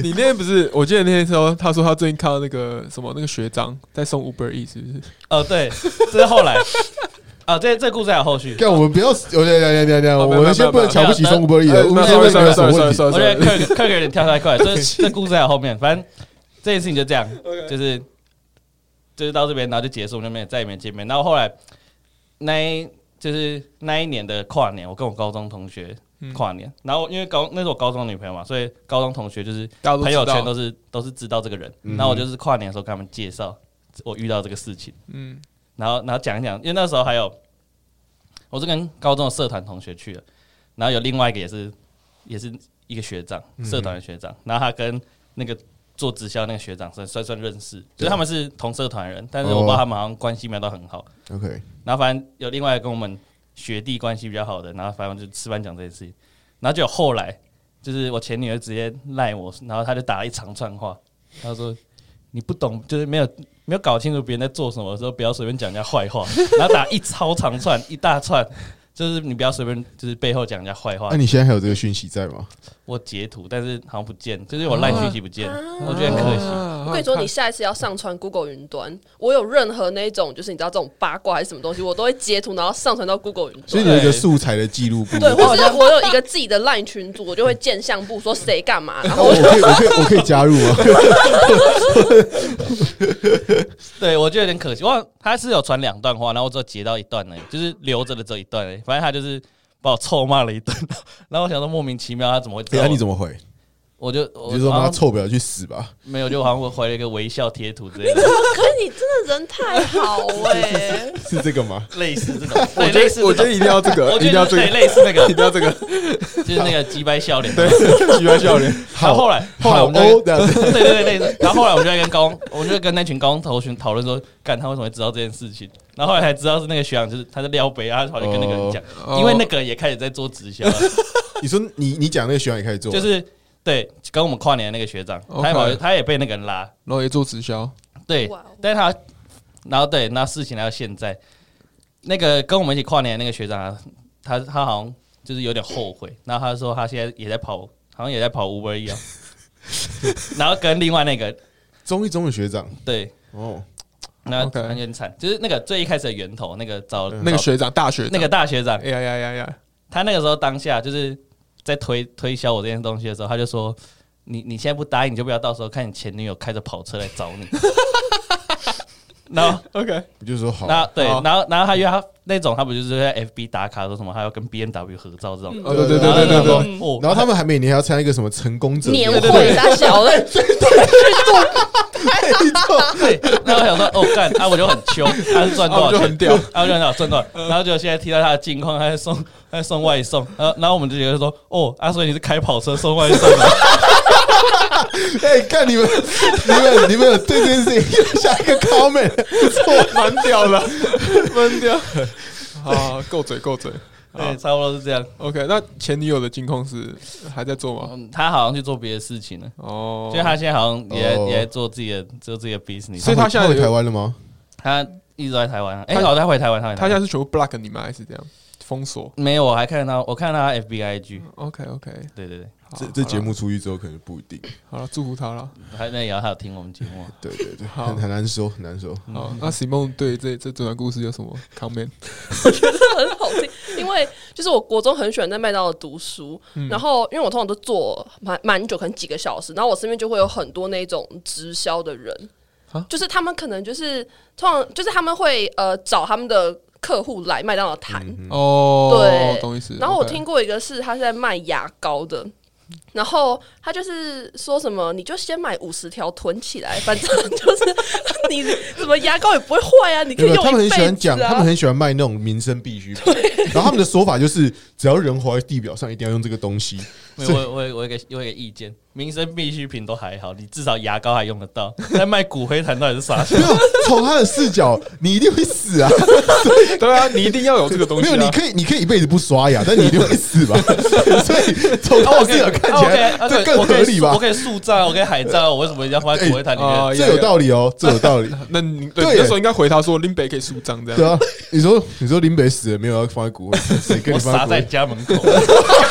[SPEAKER 1] 你那天不是？我记得那天说，他说他最近看到那个什么那个学长在送 Uber E，是不是？
[SPEAKER 3] 哦，对，这是后来，啊，这这故事还有后续。
[SPEAKER 2] 干，我们不要，我等等等等等，
[SPEAKER 1] 哦没有
[SPEAKER 2] 我们先不能瞧不起中国人，
[SPEAKER 1] 哎
[SPEAKER 2] 我
[SPEAKER 1] 那
[SPEAKER 2] 们
[SPEAKER 1] ，sorry
[SPEAKER 2] 现在没有
[SPEAKER 1] sorry
[SPEAKER 2] 什么
[SPEAKER 1] sorry
[SPEAKER 2] 问
[SPEAKER 1] sorry
[SPEAKER 2] 题。
[SPEAKER 3] 我觉
[SPEAKER 1] sorry，
[SPEAKER 3] 得克克克有点跳太快，这这故事还有后面，反正这件事情就这样，就是就是到这边，然后就结束，我们就没有再也没见面。然后后来那一就是那一年的跨年，我跟我高中同学跨年，然后因为高那是我高中女朋友嘛，所以高中同学就是
[SPEAKER 1] 大家都
[SPEAKER 3] 朋
[SPEAKER 1] 知
[SPEAKER 3] 友圈
[SPEAKER 1] 道，嗯
[SPEAKER 3] 都是都是知道这个人。然后我就是跨年的时候跟他们介绍我遇到这个事情，
[SPEAKER 1] 嗯
[SPEAKER 3] 然后然后讲一讲，因为那时候还有我是跟高中的社团同学去的，然后有另外一个也是也是一个学长，
[SPEAKER 1] 嗯
[SPEAKER 3] 社团的学长，然后他跟那个做直销那个学长算算算认识，
[SPEAKER 1] 啊
[SPEAKER 3] 就是他们是同社团人，
[SPEAKER 1] 哦
[SPEAKER 3] 但是我不知道他们好像关系没有到很好。
[SPEAKER 2] OK，
[SPEAKER 3] 然后反正有另外一个跟我们学弟关系比较好的，然后反正就吃饭讲这件事情，然后就有后来就是我前女友直接赖我，然后他就打了一长串话，他说你不懂，就是没有没有搞清楚别人在做什么的时候，不要随便讲人家坏话， 然后打一超长串一大串，就是你不要随便就是背后讲人家坏话
[SPEAKER 2] 那。你现在还有这个讯息在吗？
[SPEAKER 3] 我截图，但是好像不见，就是我赖讯息不见，我觉得很可惜。
[SPEAKER 1] 啊
[SPEAKER 4] 我跟你嗯说，你下一次要上传 Google 云端，我有任何那种就是你知道这种八卦还是什么东西，我都会截图然后上传到 Google 云端。
[SPEAKER 2] 所以你有一个素材的记 录库。
[SPEAKER 4] 对，
[SPEAKER 2] 哦
[SPEAKER 4] 或是我有一个自己的 LINE 群组，我就会见相簿说谁干嘛，然后
[SPEAKER 2] 我可以，我可以，我可以加入吗？
[SPEAKER 3] 对，我觉得有点可惜。哇，他是有传两段话，然后我只有截到一段呢，哎就是留着的只有一段而已。反正他就是把我臭骂了一顿，然后我想说莫名其妙他怎么会知
[SPEAKER 2] 等下
[SPEAKER 3] 道我？
[SPEAKER 2] 哎你怎么回？
[SPEAKER 3] 我就我
[SPEAKER 2] 你就说
[SPEAKER 3] 好
[SPEAKER 2] 妈
[SPEAKER 3] 像
[SPEAKER 2] 臭不了去死吧！
[SPEAKER 3] 没有，就好像我回了一个微笑贴图之类的，
[SPEAKER 4] 可是你真的人太好哎、
[SPEAKER 2] 是这个吗？
[SPEAKER 3] 类似这种，
[SPEAKER 1] 我
[SPEAKER 3] 对，
[SPEAKER 1] 觉
[SPEAKER 3] 类似
[SPEAKER 1] 得我觉得
[SPEAKER 3] 这种
[SPEAKER 1] 一定要这个，
[SPEAKER 3] 我
[SPEAKER 1] 一定
[SPEAKER 3] 觉
[SPEAKER 1] 要
[SPEAKER 3] 得
[SPEAKER 1] 这
[SPEAKER 3] 对，
[SPEAKER 1] 个，
[SPEAKER 3] 类似那个
[SPEAKER 1] 一，定要这个，
[SPEAKER 3] 就是那个击败笑脸。
[SPEAKER 1] 对，举白笑脸，
[SPEAKER 3] 然后后来后来
[SPEAKER 2] 好
[SPEAKER 3] 我们就
[SPEAKER 2] 哦，这样子
[SPEAKER 3] 对对对，类似。然后后来我们就在跟高，我就跟那群高中同学讨论说，干他为什么会知道这件事情？然后后来才知道是那个学长，就是他在撩杯啊，他跑去跟那个人讲，
[SPEAKER 1] 哦
[SPEAKER 3] 因为那个也开始在做直销了，
[SPEAKER 2] 你说你你讲那个学长也开始做，
[SPEAKER 3] 就是对跟我们跨年的那个学长，他也
[SPEAKER 1] OK
[SPEAKER 3] 跑，他也被那个人拉，
[SPEAKER 1] 然后也做直销，
[SPEAKER 3] 对
[SPEAKER 4] 哇哦，
[SPEAKER 3] 但是他然后对，那事情来到现在，那个跟我们一起跨年的那个学长啊，他他好像就是有点后悔，然后他说他现在也在跑，好像也在跑 Uber 一样，然后跟另外那个
[SPEAKER 2] 中一中的学长
[SPEAKER 3] 对。
[SPEAKER 2] 哦，
[SPEAKER 3] 那
[SPEAKER 1] OK
[SPEAKER 3] 很有点惨，就是那个最一开始的源头，那个找
[SPEAKER 1] 那个
[SPEAKER 3] 找
[SPEAKER 1] 学长，大学
[SPEAKER 3] 那个，大学长
[SPEAKER 1] 哎，呀呀呀呀，
[SPEAKER 3] 他那个时候当下就是在推推销我这件东西的时候，他就说：“你你现在不答应，你就不要到时候看你前女友开着跑车来找你。” 然后，
[SPEAKER 1] OK，
[SPEAKER 2] 我就
[SPEAKER 1] 哦
[SPEAKER 2] 说好，
[SPEAKER 3] 然后对，
[SPEAKER 1] 好
[SPEAKER 3] 然后然后他约他那种，他不就是在 FB 打卡说什么，还要跟 B M W 合照这种。
[SPEAKER 1] 哦对对
[SPEAKER 3] 然后
[SPEAKER 1] 对对
[SPEAKER 3] 他说
[SPEAKER 1] 对，
[SPEAKER 3] 哦，
[SPEAKER 2] 然后他们还每年还要参加一个什么成功者
[SPEAKER 4] 年
[SPEAKER 2] 对对
[SPEAKER 4] 会大小的，
[SPEAKER 3] 对，然后我想说，哦干，啊我就很穷，他是赚多
[SPEAKER 1] 啊我
[SPEAKER 3] 少
[SPEAKER 1] 就
[SPEAKER 3] 钱？
[SPEAKER 1] 很嗯屌，
[SPEAKER 3] 啊我就很屌赚多少？然后就现在提到他的近况，他在送，他 啊在送外送，然后然后我们就觉得说，哦，啊所以你是开跑车送外送的，
[SPEAKER 2] 哎，看你们，你们，你们有对这件事情留下一个 comment，不错，
[SPEAKER 1] 蛮屌的，蛮屌。好，够嘴够嘴。
[SPEAKER 3] 对，差不多是这样。
[SPEAKER 1] OK，那前女友的近况是还在做吗？
[SPEAKER 3] 嗯，他好像去做别的事情了，
[SPEAKER 1] 哦
[SPEAKER 3] 就，他现在好像也
[SPEAKER 2] 哦
[SPEAKER 3] 也在做自己的做自己的 business，
[SPEAKER 1] 所以他现在
[SPEAKER 2] 回
[SPEAKER 1] 有
[SPEAKER 2] 台湾了吗？
[SPEAKER 3] 他一直都在台湾啊。哎，
[SPEAKER 1] 他
[SPEAKER 3] 好，他回台湾，他回台
[SPEAKER 1] 他现在
[SPEAKER 3] 湾
[SPEAKER 1] 是全部 block 你们还是这样封锁
[SPEAKER 3] 没有，我还看到我看到他 FBIG，
[SPEAKER 1] ？OK OK，
[SPEAKER 3] 对对对，
[SPEAKER 2] 这这节目出去之后可能不一定，
[SPEAKER 1] 好了，祝福他了。
[SPEAKER 3] 他那也要他有听我们节目啊。
[SPEAKER 2] 对对对，
[SPEAKER 1] 好嗯
[SPEAKER 2] 很很难说，很难说。
[SPEAKER 1] 好，那 Simon 对这这这段故事有什么 comment？
[SPEAKER 4] 很好听，因为就是我国中很喜欢在麦当劳读书，然后因为我通常都坐蛮蛮久，可能几个小时，然后我身边就会有很多那种直销的人
[SPEAKER 1] 啊，
[SPEAKER 4] 就是他们可能就是通常就是他们会呃找他们的客户来麦当劳谈，
[SPEAKER 1] 哦，
[SPEAKER 4] 对
[SPEAKER 1] 懂意思。
[SPEAKER 4] 然后我
[SPEAKER 1] OK
[SPEAKER 4] 听过一个是他是在卖牙膏的。然后他就是说什么，你就先买五十条囤起来，反正 就是你什么牙膏也不会坏啊，你可
[SPEAKER 2] 没
[SPEAKER 4] 以
[SPEAKER 2] 有，
[SPEAKER 4] 用
[SPEAKER 2] 他们
[SPEAKER 4] 一辈
[SPEAKER 2] 很
[SPEAKER 4] 子、啊。
[SPEAKER 2] 喜欢讲，他们很喜欢卖那种民生必需品，然后他们的说法就是，只要人活在地表上，一定要用这个东西。
[SPEAKER 3] 没有，我我有我有一个我有一个意见，民生必需品都还好，你至少牙膏还用得到，在卖骨灰坛到底是啥？
[SPEAKER 2] 没有，从他的视角，你一定会死啊！
[SPEAKER 1] 对啊，你一定要有这个东
[SPEAKER 2] 没
[SPEAKER 1] 西啊。
[SPEAKER 2] 有，你可以，你可以一辈子不刷牙，但你一定会死吧？所以从
[SPEAKER 3] 啊
[SPEAKER 2] 他的
[SPEAKER 3] 我可
[SPEAKER 2] 视
[SPEAKER 3] 以
[SPEAKER 2] 角看起来，
[SPEAKER 3] 啊我可以
[SPEAKER 2] 这
[SPEAKER 3] 啊
[SPEAKER 2] 更
[SPEAKER 3] 我可以
[SPEAKER 2] 合理
[SPEAKER 3] 我
[SPEAKER 2] 吧？
[SPEAKER 3] 可以树葬，我可以海葬，我为什么一定要放在骨灰坛里
[SPEAKER 1] 哎
[SPEAKER 3] 面
[SPEAKER 1] 哦？
[SPEAKER 2] 这有道理哦，这有道理。
[SPEAKER 1] 那你
[SPEAKER 2] 对
[SPEAKER 1] 对
[SPEAKER 2] 耶
[SPEAKER 1] 那时候应该回他说林北可以树葬这
[SPEAKER 2] 对
[SPEAKER 1] 样。
[SPEAKER 2] 啊，你说你说林北死了没有要放在骨灰坛，谁跟
[SPEAKER 3] 我
[SPEAKER 2] 你放
[SPEAKER 3] 撒在
[SPEAKER 2] 在骨
[SPEAKER 3] 家门口，啊
[SPEAKER 2] 灰？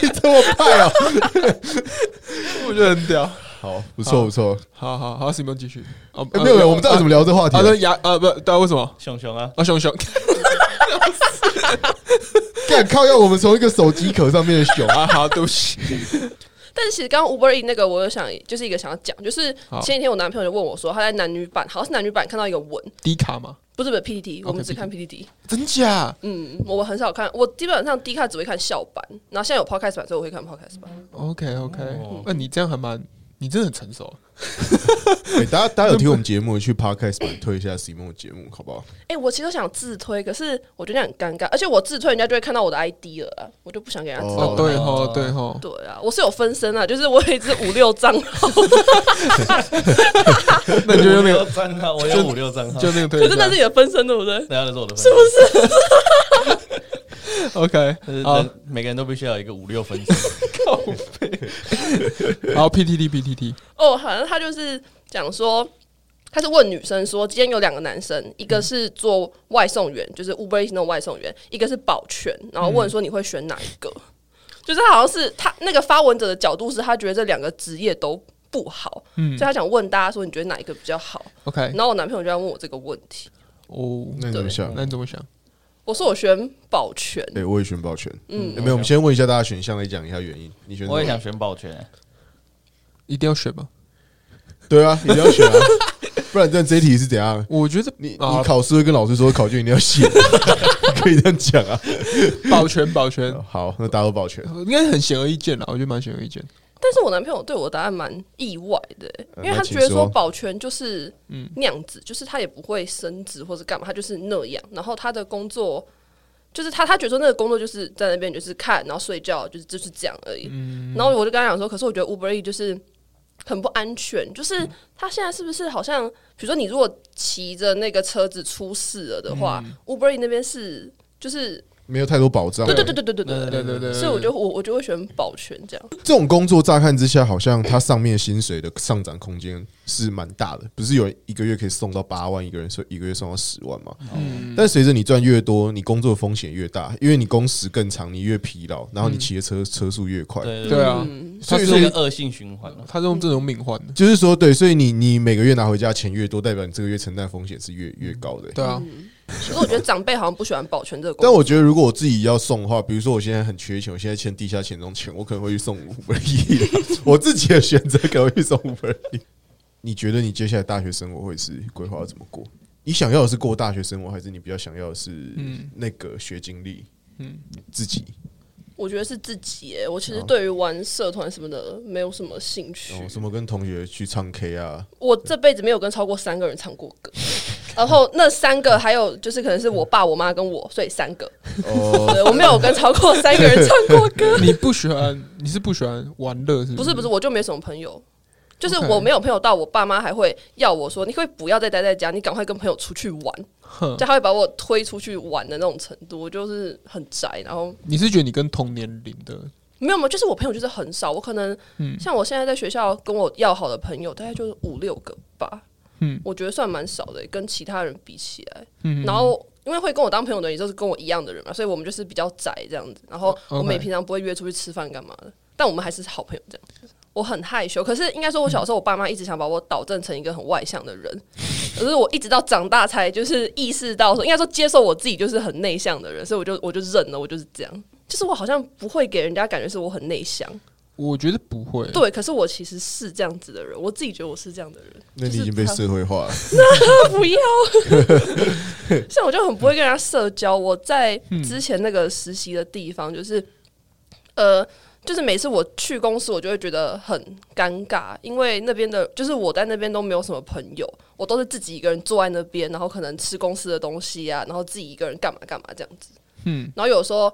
[SPEAKER 2] 你 这么派哦！
[SPEAKER 1] 我觉得很屌。
[SPEAKER 2] 好，不错不错。
[SPEAKER 1] 好好好，Simon 继续。哦
[SPEAKER 2] 哎没有，没有我们到底怎么聊这个话题
[SPEAKER 1] 啊？？那牙啊不，对啊，为什么？
[SPEAKER 3] 熊熊啊，
[SPEAKER 1] 啊，熊 熊，
[SPEAKER 2] 干靠要我们从一个手机壳上面的熊，
[SPEAKER 1] 啊，好，对不起。
[SPEAKER 4] 但是其实刚刚 Uber E 那个，我有想就是一个想要讲，就是
[SPEAKER 1] 好
[SPEAKER 4] 前几天我男朋友就问我说，他在男女版，好像是男女版看到一个文，
[SPEAKER 1] 低卡嘛，
[SPEAKER 4] 不是不是 PPT，
[SPEAKER 2] 哦
[SPEAKER 1] OK，
[SPEAKER 4] 我们只看 PPT。
[SPEAKER 1] 真假？
[SPEAKER 4] 嗯，我很少看，我基本上 D 卡只会看校版，然后现在有 Podcast 版，所以我会看 Podcast 版。
[SPEAKER 1] OK OK，
[SPEAKER 3] 哦
[SPEAKER 1] 那、你这样还蛮，你真的很成熟。
[SPEAKER 2] 欸大家大家有听我们节目，去 podcast 版推一下 Simon 的节目，好不好？
[SPEAKER 4] 哎、我其实想自推，可是我觉得很尴尬，而且我自推人家就会看到我的 ID 了啦，我就不想给人家知道。
[SPEAKER 1] 哦，对吼，对吼，
[SPEAKER 4] 对啊，我是有分身啊，就是我有一只五六啊账号，
[SPEAKER 1] 那你就用那
[SPEAKER 3] 六
[SPEAKER 1] 个，
[SPEAKER 3] 账号，我有五六账号，
[SPEAKER 1] 就那个推
[SPEAKER 4] 可
[SPEAKER 1] 一
[SPEAKER 4] 是那是
[SPEAKER 1] 下。
[SPEAKER 4] 你的分身对不对？
[SPEAKER 3] 大家都是我的分，是不
[SPEAKER 1] OK，
[SPEAKER 3] 是
[SPEAKER 1] 好，
[SPEAKER 3] 人每个人都必须要有一个五六分 身，
[SPEAKER 1] 好 PTT PTT，
[SPEAKER 4] 哦，好像他就是讲说，他是问女生说，今天有两个男生，一个是做外送员，就是 Uber Eats 那种外送员，一个是保全，然后问说你会选哪一个？就是他好像是他那个发文者的角度是他觉得这两个职业都不好，
[SPEAKER 1] 嗯
[SPEAKER 4] 所以他想问大家说你觉得哪一个比较好？
[SPEAKER 1] ，OK，
[SPEAKER 4] 然后我男朋友就在问我这个问题，
[SPEAKER 1] 哦，
[SPEAKER 2] 那你怎么想？
[SPEAKER 1] 那你怎么想？
[SPEAKER 4] 我说我选保全，
[SPEAKER 2] 对，我也选保全。嗯，
[SPEAKER 4] 嗯
[SPEAKER 2] 没有，我们先问一下大家选项，来讲一下原因。你选什么？
[SPEAKER 3] 我也想选保全欸，
[SPEAKER 1] 一定要选吗？
[SPEAKER 2] 对啊，你一定要选啊，不然这这一题是怎样？
[SPEAKER 1] 我觉得
[SPEAKER 2] 你你
[SPEAKER 1] 啊，
[SPEAKER 2] 考试会跟老师说考卷一定要写，你 可以这样讲啊。
[SPEAKER 1] 保全保全，
[SPEAKER 2] 好，那大家都保全，
[SPEAKER 1] 应该很显而易见啦，我觉得蛮显而易见。
[SPEAKER 4] 但是我男朋友对我的答案蛮意外的、欸
[SPEAKER 2] 呃
[SPEAKER 4] 因为他
[SPEAKER 2] 那请
[SPEAKER 4] 觉得说
[SPEAKER 2] 说
[SPEAKER 4] 保全就是
[SPEAKER 1] 嗯
[SPEAKER 4] 那样子，就是他也不会升职或者干嘛，他就是那样。然后他的工作就是他他觉得说那个工作就是在那边就是看，然后睡觉，就是就是这样而已。
[SPEAKER 1] 嗯
[SPEAKER 4] 然后我就跟他讲说，可是我觉得 Uber E 就是很不安全，就是他现在是不是好像，比如说你如果骑着那个车子出事了的话、u
[SPEAKER 1] 嗯
[SPEAKER 4] b e r E 那边是就是
[SPEAKER 2] 没有太多保障。
[SPEAKER 4] 对对对对对对
[SPEAKER 3] 对
[SPEAKER 1] 对
[SPEAKER 4] 对
[SPEAKER 1] 对对，
[SPEAKER 4] 所以我就我我就会选保全这样。
[SPEAKER 2] 这种工作乍看之下，好像它上面薪水的上涨空间是蛮大的，不是有人一个月可以送到八万，一个人说一个月送到十万嘛？
[SPEAKER 3] 嗯
[SPEAKER 1] 嗯
[SPEAKER 2] 但随着你赚越多，你工作风险越大，因为你工时更长，你越疲劳，然后你骑的车车速越快。
[SPEAKER 3] 对
[SPEAKER 1] 对啊，
[SPEAKER 2] 所
[SPEAKER 4] 嗯
[SPEAKER 3] 它
[SPEAKER 2] 以
[SPEAKER 3] 是
[SPEAKER 2] 说
[SPEAKER 3] 一个恶性循环啊
[SPEAKER 1] 他是用这种命换的，
[SPEAKER 2] 就是说，对，所以你你每个月拿回家钱越多，代表你这个月承担风险是越越高的、
[SPEAKER 1] 对
[SPEAKER 4] 嗯
[SPEAKER 1] 啊，
[SPEAKER 4] 可是我觉得长辈好像不喜欢保全这个工
[SPEAKER 2] 但
[SPEAKER 4] 作。
[SPEAKER 2] 我觉得，如果我自己要送的话，比如说我现在很缺钱，我现在欠地下钱庄钱，我可能会去送 Uber E。我 自己的选择可能会去送 Uber E。你觉得你接下来大学生活会是规划要怎么过？你想要的是过大学生活，还是你比较想要的是
[SPEAKER 1] 嗯
[SPEAKER 2] 那个学经历？嗯
[SPEAKER 1] 嗯，
[SPEAKER 2] 自己
[SPEAKER 4] 我觉得是自己耶，我
[SPEAKER 2] 嗯
[SPEAKER 4] 其实对于玩社团什么的没有什么兴
[SPEAKER 2] 哦
[SPEAKER 4] 趣
[SPEAKER 2] 然。后什么跟同学去唱 K 啊？
[SPEAKER 4] 我这辈子没有跟超过三个人唱过歌， 然后那三个还有就是可能是我爸、我妈跟我，所以三个。
[SPEAKER 2] 哦，
[SPEAKER 4] 对，我没有跟超过三个人唱过 歌。
[SPEAKER 1] 你不喜欢，你是不喜欢玩乐是
[SPEAKER 4] 不
[SPEAKER 1] 不
[SPEAKER 4] 是
[SPEAKER 1] 是
[SPEAKER 4] 不是，，我就没什么朋友，就是
[SPEAKER 1] OK
[SPEAKER 4] 我没有朋友到我爸妈还会要我说，你可不可以不要再待在家，你赶快跟朋友出去玩，
[SPEAKER 1] 哼
[SPEAKER 4] 就他会把我推出去玩的那种程度，我就是很宅，然后
[SPEAKER 1] 你是觉得你跟同年龄的
[SPEAKER 4] 没有嘛，就是我朋友就是很少，我可能
[SPEAKER 1] 嗯
[SPEAKER 4] 像我现在在学校跟我要好的朋友，大概就是五六个吧，
[SPEAKER 1] 嗯
[SPEAKER 4] 我觉得算蛮少的、跟其他人比起来，
[SPEAKER 1] 嗯
[SPEAKER 4] 然后。因为会跟我当朋友的人，也就是跟我一样的人嘛，所以我们就是比较宅这样子。然后
[SPEAKER 1] 哦，OK
[SPEAKER 4] 我们也平常不会约出去吃饭干嘛的，但我们还是好朋友这样。我很害羞，可是应该说，我小时候我爸妈一直想把我导正成一个很外向 的人，可是我一直到长大才就是意识到说，应该说接受我自己就是很内向的人，所以我就我就认了，我就是这样。就是我好像不会给人家感觉是我很内向，
[SPEAKER 1] 我觉得不会，
[SPEAKER 4] 对，可是我其实是这样子的人，我自己觉得我是这样的人。
[SPEAKER 2] 那你已经被社会化了。
[SPEAKER 4] 不要。像我就很不会跟人家社交。我在之前那个实习的地方，就是呃，就是每次我去公司，我就会觉得很尴尬，因为那边的，就是我在那边都没有什么朋友，我都是自己一个人坐在那边，然后可能吃公司的东西啊，然后自己一个人干嘛干嘛这样子。
[SPEAKER 1] 嗯，
[SPEAKER 4] 然后有时候。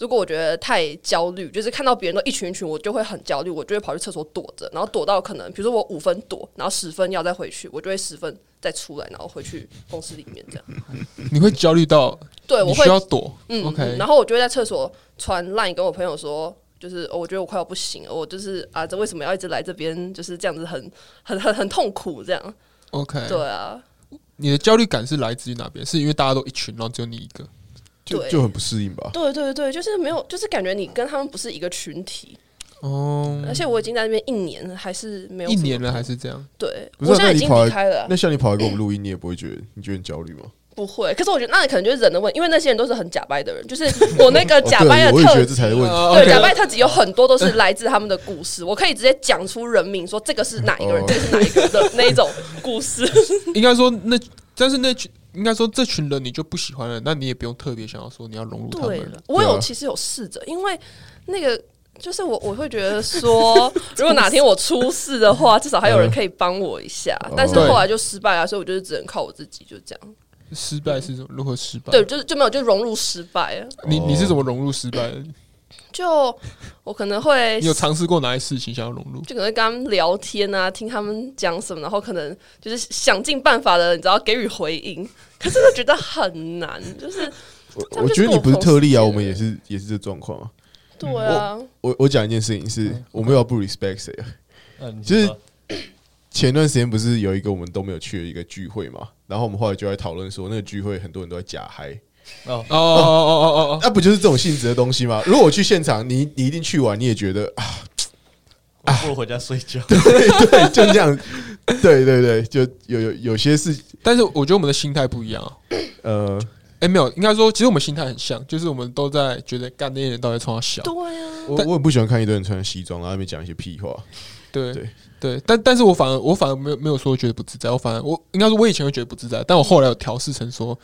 [SPEAKER 4] 如果我觉得太焦虑，就是看到别人都一群一群，我就会很焦虑，我就会跑去厕所躲着，然后躲到可能，比如说我五分躲，然后十分要再回去，我就会十分再出来，然后回去公司里面这样。
[SPEAKER 1] 你会焦虑到
[SPEAKER 4] 对，我
[SPEAKER 1] 你
[SPEAKER 4] 会
[SPEAKER 1] 需要躲。
[SPEAKER 4] 嗯
[SPEAKER 1] OK
[SPEAKER 4] 嗯然后我就会在厕所传 line 跟我朋友说，就是、哦我觉得我快要不行了，我就是啊，这为什么要一直来这边？就是这样子很很很很痛苦这样。
[SPEAKER 2] 哎
[SPEAKER 1] OK，
[SPEAKER 4] 对啊，
[SPEAKER 1] 你的焦虑感是来自于哪边？是因为大家都一群，然后只有你一个。
[SPEAKER 2] 就
[SPEAKER 4] 对
[SPEAKER 2] 就很不适应吧？
[SPEAKER 4] 对对对，就是没有，就是感觉你跟他们不是一个群体，
[SPEAKER 1] 哦，
[SPEAKER 4] 而且我已经在那边一年了，还是没有
[SPEAKER 1] 一
[SPEAKER 4] 什么
[SPEAKER 1] 年了还是这样。
[SPEAKER 4] 对，
[SPEAKER 2] 不
[SPEAKER 4] 我
[SPEAKER 2] 是啊
[SPEAKER 4] 现在
[SPEAKER 2] 那
[SPEAKER 4] 已
[SPEAKER 2] 你
[SPEAKER 4] 经
[SPEAKER 2] 跑
[SPEAKER 4] 离
[SPEAKER 2] 来
[SPEAKER 4] 开了啊，
[SPEAKER 2] 那像你跑来跟我们录音，你也不会觉得你觉得很焦虑吗？
[SPEAKER 4] 不会。可是我觉得那可能就是人的问题，因为那些人都是很假掰的人， 就是我那个
[SPEAKER 2] 哦
[SPEAKER 4] 假
[SPEAKER 2] 对
[SPEAKER 4] 掰的
[SPEAKER 2] 我也觉
[SPEAKER 4] 特呃
[SPEAKER 2] 得这才是问题。
[SPEAKER 1] 啊
[SPEAKER 4] 对，
[SPEAKER 1] OK 嗯
[SPEAKER 4] 假扮特辑有很多都是来自他们的故事，我可以直接讲出人名，说这个是哪一个人，
[SPEAKER 2] 哦
[SPEAKER 4] 这个是哪一个的那一种故 事。
[SPEAKER 1] 应该说那，但是那群应该说这群人你就不喜欢了，那你也不用特别想要说你要融入他
[SPEAKER 4] 对
[SPEAKER 1] 们
[SPEAKER 4] 了
[SPEAKER 1] 了。，
[SPEAKER 4] 我有
[SPEAKER 2] 对啊
[SPEAKER 4] 其实有试着，因为那个就是我我会觉得说， 如果哪天我出事的话， 至少还有人可以帮我一下。但是
[SPEAKER 1] 对
[SPEAKER 4] 后来就失败了，啊所以我就是只能靠我自己，就这
[SPEAKER 1] 嗯
[SPEAKER 4] 样。
[SPEAKER 1] 失败是如何失败？
[SPEAKER 4] 对，就是就没有就融入失败啊了。
[SPEAKER 1] 你
[SPEAKER 2] 哦
[SPEAKER 1] 你是怎么融入失败的？
[SPEAKER 4] 就我可能会
[SPEAKER 1] 你有尝试过哪些事情想要融入？
[SPEAKER 4] 就可能跟他们聊天啊，听他们讲什么，然后可能就是想尽办法的，你知道给予回应，可是就觉得很难，就是他
[SPEAKER 2] 我
[SPEAKER 4] 们
[SPEAKER 2] 我
[SPEAKER 4] 就是
[SPEAKER 2] 觉得你
[SPEAKER 4] 跟
[SPEAKER 2] 不是
[SPEAKER 4] 同
[SPEAKER 2] 特例啊，
[SPEAKER 4] 世界
[SPEAKER 2] 我们
[SPEAKER 4] 的
[SPEAKER 2] 也是也是这状况啊。
[SPEAKER 4] 对啊，
[SPEAKER 2] 我我讲一件事情是
[SPEAKER 1] 嗯，
[SPEAKER 2] 我没有要不 respect 谁啊。
[SPEAKER 3] 嗯，
[SPEAKER 2] 就是前段时间不是有一个我们都没有去的一个聚会嘛，然后我们后来就在讨论说，那个聚会很多人都在假嗨，
[SPEAKER 3] 哦，
[SPEAKER 1] 哦哦哦哦哦
[SPEAKER 2] 那、不就是这种性质的东西吗？如果我去现场，你你一定去玩，你也觉得啊，
[SPEAKER 3] 我不如回家睡觉。
[SPEAKER 2] 对对，哎就 这样，对对对，就有有有些事，
[SPEAKER 1] 哦！但是我觉得我们的心态不一样啊。
[SPEAKER 2] 呃，
[SPEAKER 1] 哎，没有，应该说其实我们心态很像，就是我们都在觉得干那些人到底冲他小。
[SPEAKER 4] 对啊，
[SPEAKER 2] 我
[SPEAKER 1] 但
[SPEAKER 2] 我很不喜欢看一堆人穿西装，然后在那边讲一些屁话，
[SPEAKER 1] 对
[SPEAKER 2] 对
[SPEAKER 1] 对，但但是我反而我反而没有没有说觉得不自在，我反而我应该说我以前会觉得不自在，但我后来有调试成说，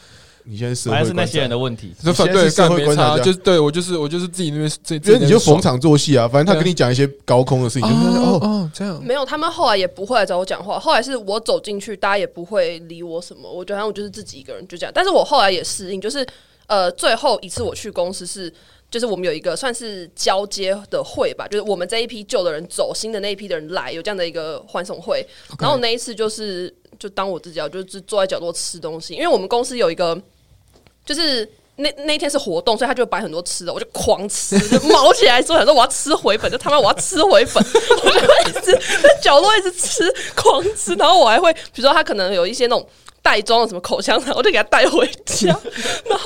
[SPEAKER 2] 你现在是社
[SPEAKER 3] 反
[SPEAKER 2] 会
[SPEAKER 3] 正是那
[SPEAKER 2] 观察
[SPEAKER 3] 些人的问题。
[SPEAKER 1] 就反
[SPEAKER 2] 现在
[SPEAKER 1] 对
[SPEAKER 2] 是社
[SPEAKER 1] 干
[SPEAKER 2] 会
[SPEAKER 1] 没
[SPEAKER 2] 观察
[SPEAKER 1] 差，
[SPEAKER 2] 家
[SPEAKER 1] 就是对我就是我就是自己那边自己
[SPEAKER 2] 因为你就逢
[SPEAKER 1] 场
[SPEAKER 2] 场作戏啊，反正他
[SPEAKER 1] 对啊
[SPEAKER 2] 跟你讲一些高空的事情，你就发现
[SPEAKER 1] 哦
[SPEAKER 2] 哦，
[SPEAKER 1] 哦这样
[SPEAKER 4] 没有，他们后来也不会来找我讲话，后来是我走进去，大家也不会理我什么，我觉得好像我就是自己一个人就这样，但是我后来也适应，就是呃，最后一次我去公司是。就是我们有一个算是交接的会吧，就是我们这一批旧的人走，新的那一批的人来，有这样的一个欢送会。
[SPEAKER 1] OK
[SPEAKER 4] 然后那一次就是就当我自己啊，就是坐在角落吃东西，因为我们公司有一个就是。那那一天是活动，所以他就摆很多吃的，我就狂吃，就毛起来说，想说我要吃回本，就他妈我要吃回本， 我就会一直在角落一直吃，狂吃，然后我还会，比如说他可能有一些那种袋装的什么口香糖，我就给他带回家，然后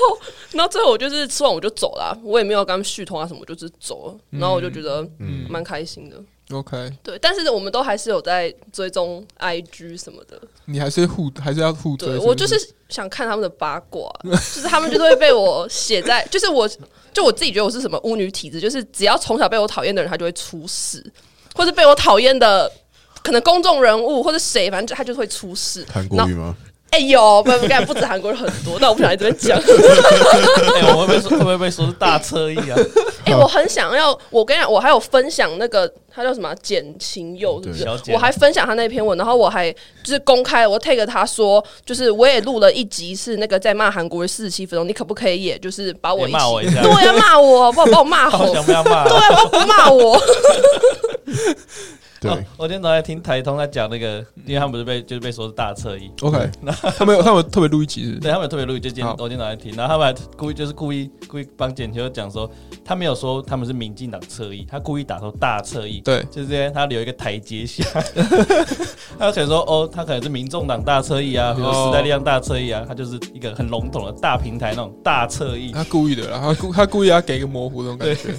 [SPEAKER 4] 然后最后我就是吃完我就走了，啊我也没有跟他们续通啊什么，我就是走了，然后我就觉得蛮开心的，
[SPEAKER 1] OK，
[SPEAKER 4] 对，但是我们都还是有在追踪 IG 什么的。
[SPEAKER 1] 你还是互还是要互追
[SPEAKER 4] 对
[SPEAKER 1] 不，
[SPEAKER 4] 我就是想看他们的八卦， 就是他们就是会被我写在， 就是我就我自己觉得我是什么巫女体质，就是只要从小被我讨厌的人，他就会出事，或是被我讨厌的可能公众人物或者谁，反正就他就会出事。
[SPEAKER 2] 韩国
[SPEAKER 4] 然
[SPEAKER 2] 语
[SPEAKER 4] 后
[SPEAKER 1] 哦
[SPEAKER 2] 吗？
[SPEAKER 4] 哎、有，不不，干不止韩国人很多，但我不想在这边讲。
[SPEAKER 3] 哎、我会不会说会不会被说是大侧翼 啊？
[SPEAKER 4] 哎、我很想要，我跟你讲，我还有分享那个他叫什么啊简晴佑，是不
[SPEAKER 2] 对
[SPEAKER 3] 嗯小
[SPEAKER 4] 是？
[SPEAKER 3] 简
[SPEAKER 4] 我还分享他那篇文，然后我还就是公开我 take 他说，就是我也录了一集是那个在骂韩国的四十七分钟，你可不可以也就是把我
[SPEAKER 3] 也
[SPEAKER 4] 一起
[SPEAKER 3] 骂我一下，
[SPEAKER 4] 对啊，骂我，把我把我 骂
[SPEAKER 3] 好
[SPEAKER 4] 吼，
[SPEAKER 3] 想被他骂、
[SPEAKER 4] 对啊，不要不骂我，
[SPEAKER 2] 对
[SPEAKER 3] 哦，我今天早上在听台通在讲那个，因为他们不是被就是被说是大侧翼，
[SPEAKER 1] OK，他
[SPEAKER 2] 嗯
[SPEAKER 1] 们有他们有特别录一集是不是
[SPEAKER 3] 对他们有特别录，就今天
[SPEAKER 1] 好
[SPEAKER 3] 我今天早上在听，然后他们还故意就是故意故意帮简秋讲说，他没有说他们是民进党侧翼，他故意打说大侧翼，
[SPEAKER 1] 对
[SPEAKER 3] 就是这样他留一个台阶下， 他可能说哦，他可能是民众党大侧翼啊，或者
[SPEAKER 1] 哦
[SPEAKER 3] 时代力量大侧翼啊，他就是一个很笼统的大平台那种大侧翼，
[SPEAKER 1] 他故意的啦，他故他故意要给一个模糊那种感觉。